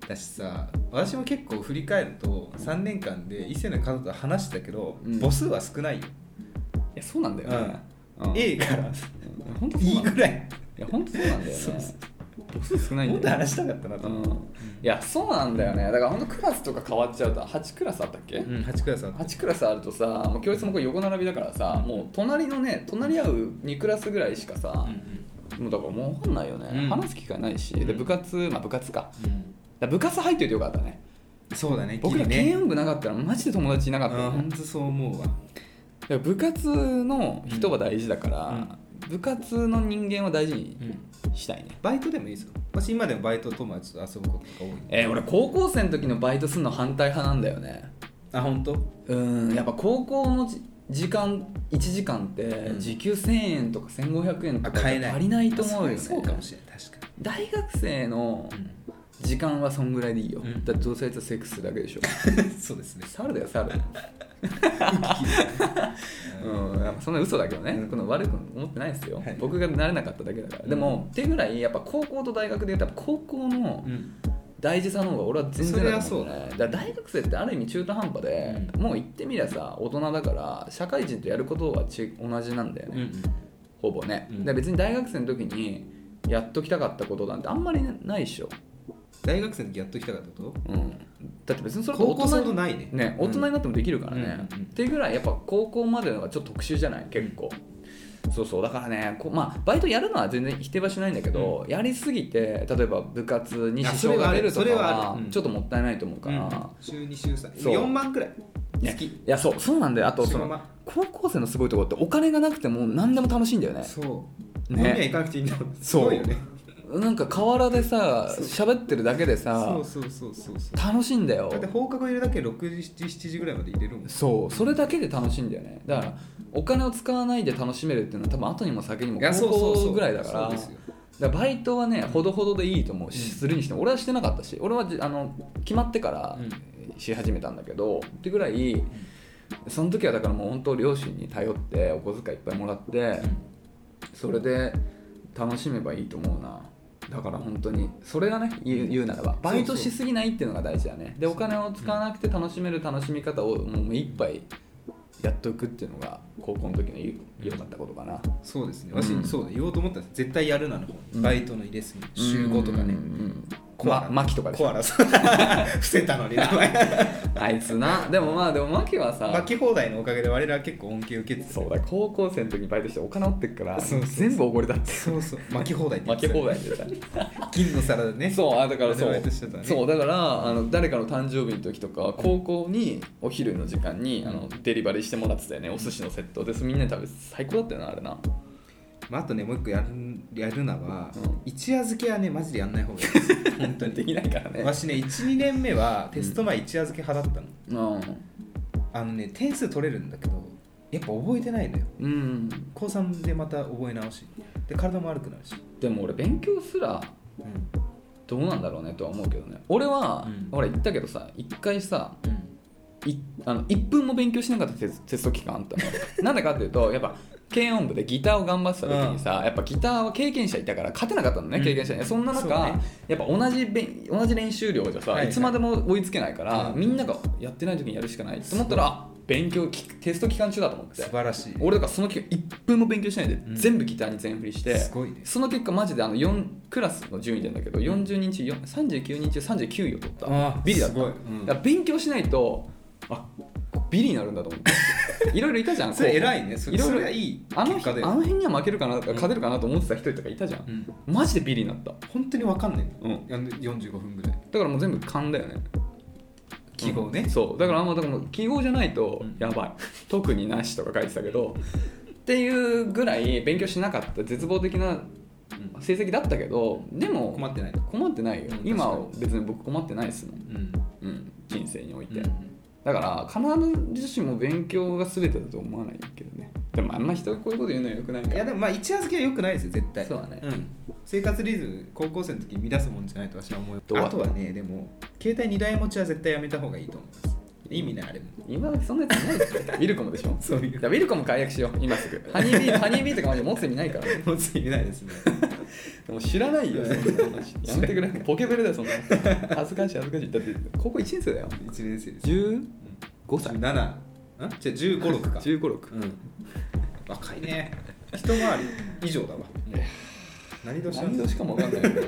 Speaker 1: だしさ私も結構振り返ると3年間で異性の方と話してたけど、
Speaker 2: うん
Speaker 1: 母数は少ないよ、
Speaker 2: いやそうなんだよね、うん、
Speaker 1: A から
Speaker 2: うんほんとそう
Speaker 1: E
Speaker 2: なんだ
Speaker 1: ぐらい
Speaker 2: いや本当そうなんだよね
Speaker 1: そうそう
Speaker 2: 母数少ない
Speaker 1: もっ
Speaker 2: ん
Speaker 1: と
Speaker 2: だよ、ね
Speaker 1: 話したかったなと
Speaker 2: う
Speaker 1: 思
Speaker 2: ん
Speaker 1: って、、
Speaker 2: いやそうなんだよねだからほんとクラスとか変わっちゃうと8クラスあったっけ、
Speaker 1: うん8クラスあった
Speaker 2: 8クラスあるとさもう教室もこれ横並びだからさもう隣のね隣り合う2クラスぐらいしかさ、もうだからもう分かんないよね、
Speaker 1: うん
Speaker 2: 話す機会ないしで
Speaker 1: うん
Speaker 2: 部活まあ部活かだか
Speaker 1: うん
Speaker 2: ら部活入っておいてよかったね
Speaker 1: そうだね
Speaker 2: 僕ら
Speaker 1: ギリ
Speaker 2: 軽
Speaker 1: ね
Speaker 2: 音部なかったらマジで友達いなかったよ
Speaker 1: あ
Speaker 2: ね
Speaker 1: 本当そう思うわ
Speaker 2: だから部活の人は大事だから、部活の人間は大事にしたいね、
Speaker 1: バイトでもいいですよ私今でもバイト友達と遊ぶことが多い
Speaker 2: えー俺高校生の時のバイトするの反対派なんだよね
Speaker 1: あ本当
Speaker 2: うんやっぱ高校のじ時間1時間って
Speaker 1: うん
Speaker 2: 時給1000円とか1500円とか
Speaker 1: 買え
Speaker 2: じ
Speaker 1: ない
Speaker 2: ゃ足りないと思うよね
Speaker 1: そうそうかもしれない確か
Speaker 2: 大学生の
Speaker 1: に、
Speaker 2: 時間はそんぐらいでいいよ、
Speaker 1: うん
Speaker 2: だってどうせあいつはセックスするだけ でしょ
Speaker 1: そうですね
Speaker 2: 猿だよ猿うん、やっぱそんな嘘だけどね、
Speaker 1: うん
Speaker 2: この悪く思ってないですよ、
Speaker 1: はい
Speaker 2: 僕が慣れなかっただけだから、でもっていうぐらいやっぱ高校と大学で言うとやっぱ高校の、
Speaker 1: うん
Speaker 2: 大事さの方が俺は全然だと思
Speaker 1: そりゃ
Speaker 2: ねだから大学生ってある意味中途半端で、
Speaker 1: うん
Speaker 2: もう言ってみりゃさ大人だから社会人とやることはち同じなんだよ
Speaker 1: う
Speaker 2: ね、
Speaker 1: ん
Speaker 2: ほぼね、
Speaker 1: うん
Speaker 2: で別に大学生の時にやっときたかったことなんてあんまりないでしょ、
Speaker 1: 大学生の時やっときたかったこ
Speaker 2: うん、だって別にそ
Speaker 1: と
Speaker 2: れって
Speaker 1: 高校
Speaker 2: 大
Speaker 1: 生
Speaker 2: 人
Speaker 1: ほど
Speaker 2: に
Speaker 1: ないね
Speaker 2: ね、大人になってもできるからね、
Speaker 1: うんうん
Speaker 2: っていうぐらいやっぱ高校までのがちょっと特殊じゃない結構、そうそうだからねこう、まあ、バイトやるのは全然否定はしないんだけど、やりすぎて例えば部活に支障が出ると
Speaker 1: あそ
Speaker 2: か
Speaker 1: れはあるそれはあ
Speaker 2: は
Speaker 1: るうん
Speaker 2: ちょっともったいないと思うから、
Speaker 1: 週2週3
Speaker 2: そう
Speaker 1: 4万くらい
Speaker 2: ね
Speaker 1: 好き
Speaker 2: いやそうそうなんだよあとそ
Speaker 1: 白
Speaker 2: の
Speaker 1: 馬
Speaker 2: 高校生のすごいところってお金がなくても何でも楽しいんだよね
Speaker 1: そう
Speaker 2: ね
Speaker 1: 飲み屋行かなくていいんだもんすごいよね
Speaker 2: なんか河原でさ
Speaker 1: そう
Speaker 2: 喋ってるだけで
Speaker 1: そ
Speaker 2: さ
Speaker 1: うそうそうそうそう
Speaker 2: 楽しいんだよ
Speaker 1: だって放課後いるだけで6時7時ぐらいまで入れるもん
Speaker 2: そうそれだけで楽しいんだよねだからお金を使わないで楽しめるっていうのは多分後にも先にも
Speaker 1: いやそうそう
Speaker 2: 高
Speaker 1: そ
Speaker 2: 校
Speaker 1: う
Speaker 2: ぐらいだから
Speaker 1: そうですよ
Speaker 2: だからバイトはねほどほどでいいと思うしするにしても俺はしてなかったし俺はじあの決まってから
Speaker 1: うん
Speaker 2: し始めたんだけどってぐらいその時はだからもう本当両親に頼ってお小遣いいっぱいもらってそれで楽しめばいいと思うなだから本当にそれがね言う言うならば
Speaker 1: そう
Speaker 2: バイトしすぎないっていうのが大事だねでお金を使わなくて楽しめる楽しみ方をもう一杯やっとくっていうのが高校の時の言う良かったことかな
Speaker 1: そうですね
Speaker 2: うん
Speaker 1: 私そうだ言おうと思ったんです絶対やるなの方
Speaker 2: うん
Speaker 1: バイトの入れすぎ週5とかね
Speaker 2: うんうんうん
Speaker 1: コアラ
Speaker 2: まマキとかでしょ
Speaker 1: コアラ さん伏せたのに名前
Speaker 2: あいつなでもまあでもマキはさ
Speaker 1: 巻き放題のおかげで我々は結構恩恵受けてた
Speaker 2: そうだ高校生の時にバイトしてお金持ってっから
Speaker 1: そうそうそう
Speaker 2: 全部おごりだって
Speaker 1: そうそう巻き放題って言っ
Speaker 2: 負
Speaker 1: て
Speaker 2: け
Speaker 1: た
Speaker 2: 放題でさ
Speaker 1: 銀の皿でね
Speaker 2: そうあだからそ
Speaker 1: バ
Speaker 2: う,、
Speaker 1: イトしてたね
Speaker 2: そうだからあの誰かの誕生日の時とか高校にお昼の時間にあのデリバリーしてもらってたよねお寿司のセットでみんなで食べて最高だったよなあれな
Speaker 1: まあ、あとねもう一個やるやるなは、
Speaker 2: うん
Speaker 1: 一夜漬けはねマジでやんない方がいい です本当
Speaker 2: で
Speaker 1: に
Speaker 2: きないからね
Speaker 1: わしね12年目はテスト前一夜漬け派だったの、
Speaker 2: うん
Speaker 1: あのね点数取れるんだけどやっぱ覚えてないのよ
Speaker 2: うん
Speaker 1: 高3でまた覚え直しで体も悪くなるし、
Speaker 2: でも俺勉強すら
Speaker 1: うん
Speaker 2: どうなんだろうねとは思うけどね俺は、
Speaker 1: うん
Speaker 2: ほら言ったけどさ一回さいあの1分も勉強しなかったテステスト期間あっ たのなんでかっていうとやっぱ軽音部でギターを頑張ってた時にさ、やっぱギターは経験者いたから勝てなかったのね、
Speaker 1: うん
Speaker 2: 経験者にそんな
Speaker 1: そ
Speaker 2: 中、
Speaker 1: うね
Speaker 2: やっぱ同じべん同じ練習量じゃさ、
Speaker 1: はいいはい
Speaker 2: つまでも追いつけないから、
Speaker 1: うん
Speaker 2: みんながやってない時にやるしかないと思ったらあ勉強きテスト期間中だと思って
Speaker 1: 素晴らしい
Speaker 2: 俺だからその期間1分も勉強しないで、
Speaker 1: ん
Speaker 2: 全部ギターに全振りして
Speaker 1: すごいね
Speaker 2: その結果マジであの4クラスの順位出んだけど40人中4 39人中39位を取った
Speaker 1: あー
Speaker 2: ビリだった
Speaker 1: すごいうん
Speaker 2: だから勉強しないとあビリになるんだと思って いろいろいたじゃん
Speaker 1: それ
Speaker 2: こう
Speaker 1: 偉いねそれ
Speaker 2: いろいろ
Speaker 1: それはいい
Speaker 2: あの
Speaker 1: 結果だ
Speaker 2: あ
Speaker 1: よ
Speaker 2: の辺には負けるかな勝てるかなと思ってた人とかいたじゃん、
Speaker 1: うん
Speaker 2: マジでビリになった
Speaker 1: 本当に分かんないの
Speaker 2: うん
Speaker 1: やんで45分ぐらい
Speaker 2: だからもう全部勘だよね
Speaker 1: 記号ね
Speaker 2: そうだからあんまだからもう記号じゃないと
Speaker 1: うん
Speaker 2: やばい、特になしとか書いてたけどっていうぐらい勉強しなかった絶望的な
Speaker 1: うん
Speaker 2: 成績だったけどでも
Speaker 1: 困ってないの
Speaker 2: 困ってないよ、
Speaker 1: うん
Speaker 2: 今は
Speaker 1: 確かに
Speaker 2: 別に僕困ってないですもん、
Speaker 1: うん
Speaker 2: うん、人生において、
Speaker 1: うん
Speaker 2: だから必ずしも勉強が全てだと思わないけどねでもあんま人がこういうこと言うのはよくないか
Speaker 1: いやでもまあ一夜漬けは良くないですよ絶対
Speaker 2: そうだね
Speaker 1: ん、生活リズム高校生の時に乱すもんじゃないと私は思う
Speaker 2: どうだ
Speaker 1: あとはねでも携帯2台持ちは絶対やめた方がいいと思います意味ないあれも
Speaker 2: 今だけそんなやついないですよウィルコムでしょ
Speaker 1: そうい
Speaker 2: だからウィルコム解約しよう今すぐハニービーハニービーとかまで持つ意味ないからね
Speaker 1: 持つ意味ない ですね
Speaker 2: でも知らないよそんな話やめてくれポケベルだよそんなの恥ずかしい恥ずかしいだって高校1年生だよ
Speaker 1: 1年生です
Speaker 2: 15歳
Speaker 1: 17んじゃあ1 5 6か
Speaker 2: 1 5 6
Speaker 1: うん若いね一回り以上 だわもう何年なん
Speaker 2: 何
Speaker 1: だ
Speaker 2: 度しかも分かんないけど、は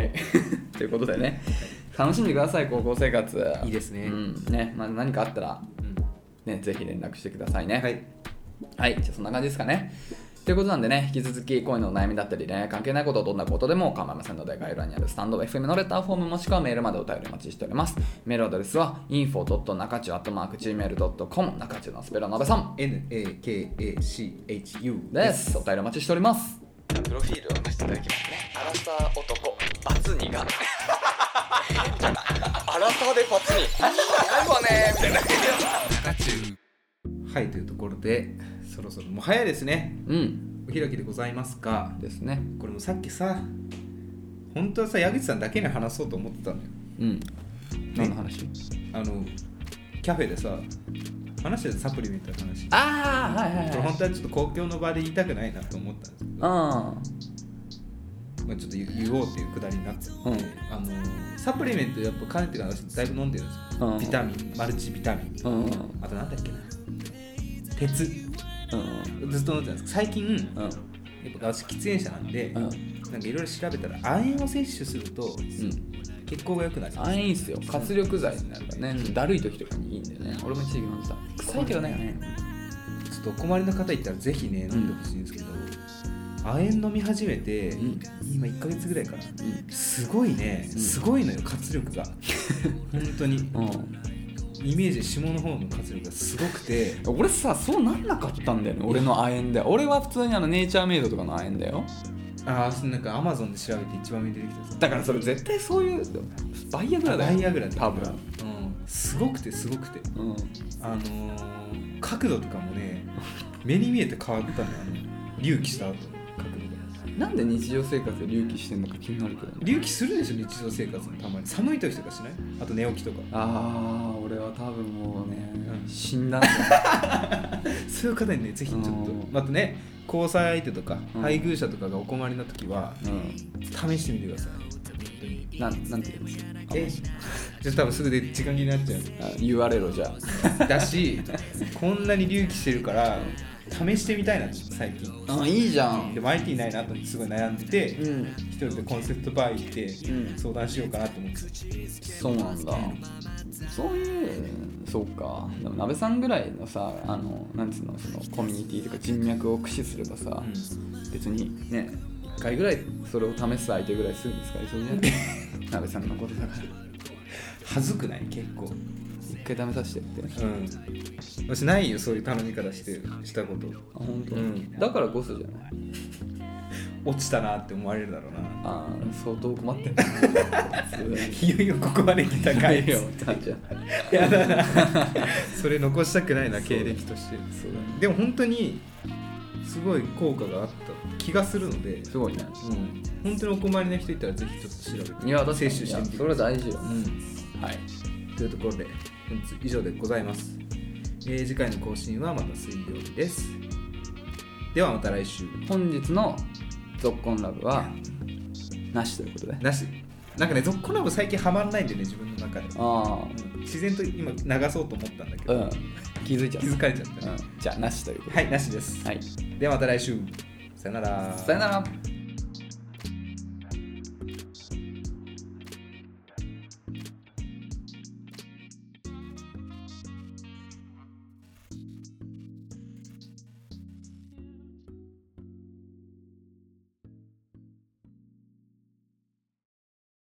Speaker 2: い ということでね楽しんでください高校生活
Speaker 1: いいですね
Speaker 2: うんねまあ、何かあったら、
Speaker 1: う
Speaker 2: ね、ぜひ連絡してくださいね
Speaker 1: んはい
Speaker 2: はい、じゃあそんな感じですかね。ということなんでね、引き続き恋のお悩みだったり、恋愛関係ないこと、どんなことでも構いませんので、概要欄にあるスタンド FM のレターフォームもしくはメールまでお便りお待ちしております。メールアドレスは info.nakachu.gmail.com、中中のスペラのべさん
Speaker 1: NAKACHU
Speaker 2: です。お便りお待ちしております。プロフィールを出していただきますね。アラサー男、バツニが。 アラサーでバツニ。ないわねみたいな。
Speaker 1: はいというところでそろそろもう早いですね
Speaker 2: うん、
Speaker 1: お開きでございますが
Speaker 2: ですね。
Speaker 1: これもさっきさ本当はさ矢口さんだけに話そうと思ってたのよ
Speaker 2: うん。何の話
Speaker 1: あのカフェでさ話してたサプリメントの話
Speaker 2: ああ、はいはい
Speaker 1: これ
Speaker 2: はい
Speaker 1: 本。当はちょっと公共の場で言いたくないなと思ったんですけど、
Speaker 2: あ
Speaker 1: まあ、ちょっと言言おうっていうくだりになって、
Speaker 2: うん
Speaker 1: あのサプリメントやっぱかねてから私だいぶ飲んでるんですよ、
Speaker 2: うん
Speaker 1: ビタミンマルチビタミン
Speaker 2: あ、うんうん
Speaker 1: あとなんだっけな鉄ずっと飲んでたんですけど最近、
Speaker 2: うんうん
Speaker 1: やっぱ私喫煙者なんで、な
Speaker 2: う
Speaker 1: んんかいろいろ調べたら亜鉛を摂取すると
Speaker 2: うん
Speaker 1: 血行が良くなり
Speaker 2: 亜
Speaker 1: ます、
Speaker 2: 鉛いいっすよ活力剤になるからね、
Speaker 1: うん
Speaker 2: だるい時とかにいいんだよね俺も一時期飲んでた臭いけどね
Speaker 1: ちょっとお困りの方いたらぜひね飲んでほしいんですけど、亜鉛飲み始めて、
Speaker 2: うん
Speaker 1: 今1ヶ月ぐらいかな
Speaker 2: う
Speaker 1: すごいね、
Speaker 2: うん
Speaker 1: すごいのよ活力が本当に
Speaker 2: ん、
Speaker 1: イメージ下の方の活力がすごくて
Speaker 2: うん、俺さそうなんなかったんだよね俺の亜鉛で俺は普通にあのネイチャーメイドとかの亜鉛だよ
Speaker 1: ああなんかアマゾンで調べて一番目に出てきたやつ
Speaker 2: だからそれ絶対そういうバイアグラだ
Speaker 1: ダ
Speaker 2: よ
Speaker 1: イアグラって
Speaker 2: 多分
Speaker 1: うん、すごくてすごくて
Speaker 2: うん
Speaker 1: あのー角度とかも ね目に見えて変わったのよあの隆起した後の角度が
Speaker 2: なんで日常生活で隆起してんのか気になるけどね
Speaker 1: 隆起するでしょ日常生活もたまに寒い時とかしないあと寝起きとか
Speaker 2: ああ俺は多分もうね、
Speaker 1: うん
Speaker 2: 死んだんだよね
Speaker 1: そういう方にねぜひちょっと
Speaker 2: うん
Speaker 1: またね交際相手とか
Speaker 2: うん
Speaker 1: 配偶者とかがお困りの時は試してみてください
Speaker 2: うんなんなんて言うの
Speaker 1: えじゃあ多分すぐで時間切れになっちゃ
Speaker 2: あ URL をじゃあ
Speaker 1: うだしこんなに隆起してるから試してみたいなって最近
Speaker 2: あいいじゃん
Speaker 1: でも IT ないなと思ってすごい悩んでて、
Speaker 2: うん
Speaker 1: 一人でコンセプトバー行って、
Speaker 2: うん
Speaker 1: 相談しようかなと思って
Speaker 2: そうなんだそういうそうかでも鍋さんぐらいのさあのなんつうのそのコミュニティとか人脈を駆使すればさ、別にね1回ぐらいそれを試す相手ぐらいするんですからそうじゃ ない鍋さんのことだから
Speaker 1: はずくない結構
Speaker 2: 一回試させてって
Speaker 1: う
Speaker 2: あ
Speaker 1: ん私ないよそういう頼み方してしたこと
Speaker 2: 本当、
Speaker 1: うん
Speaker 2: だからこそじゃない
Speaker 1: 落ちたなって思われるだろうな
Speaker 2: ああ相当困 ってんだ
Speaker 1: いよいよここまで来たかい
Speaker 2: よじゃあじゃあ
Speaker 1: やだ なそれ残したくないな経歴として
Speaker 2: そうだね
Speaker 1: でも本当にすごい効果があった気がするので、
Speaker 2: すごいね
Speaker 1: うん、本当にお困りの人いたらぜひちょっと調べて
Speaker 2: いや
Speaker 1: 摂
Speaker 2: 私
Speaker 1: 取してみて
Speaker 2: それは大事よ、
Speaker 1: うん
Speaker 2: はい
Speaker 1: というところで本日以上でございます、えー次回の更新はまた水曜日ですではまた来週
Speaker 2: 本日の「ぞっこんラブ」はなしということで
Speaker 1: なしなんかねゾッコラブ最近ハマんないんでね自分の中で
Speaker 2: あ
Speaker 1: うん自然と今流そうと思ったんだけ
Speaker 2: あう
Speaker 1: ど、
Speaker 2: ん気づいちゃっ
Speaker 1: 気づかれちゃった
Speaker 2: た、
Speaker 1: ね、
Speaker 2: うん、じゃあなしということで
Speaker 1: はいなしです、
Speaker 2: はい、
Speaker 1: ではまた来週さよなら
Speaker 2: さよなら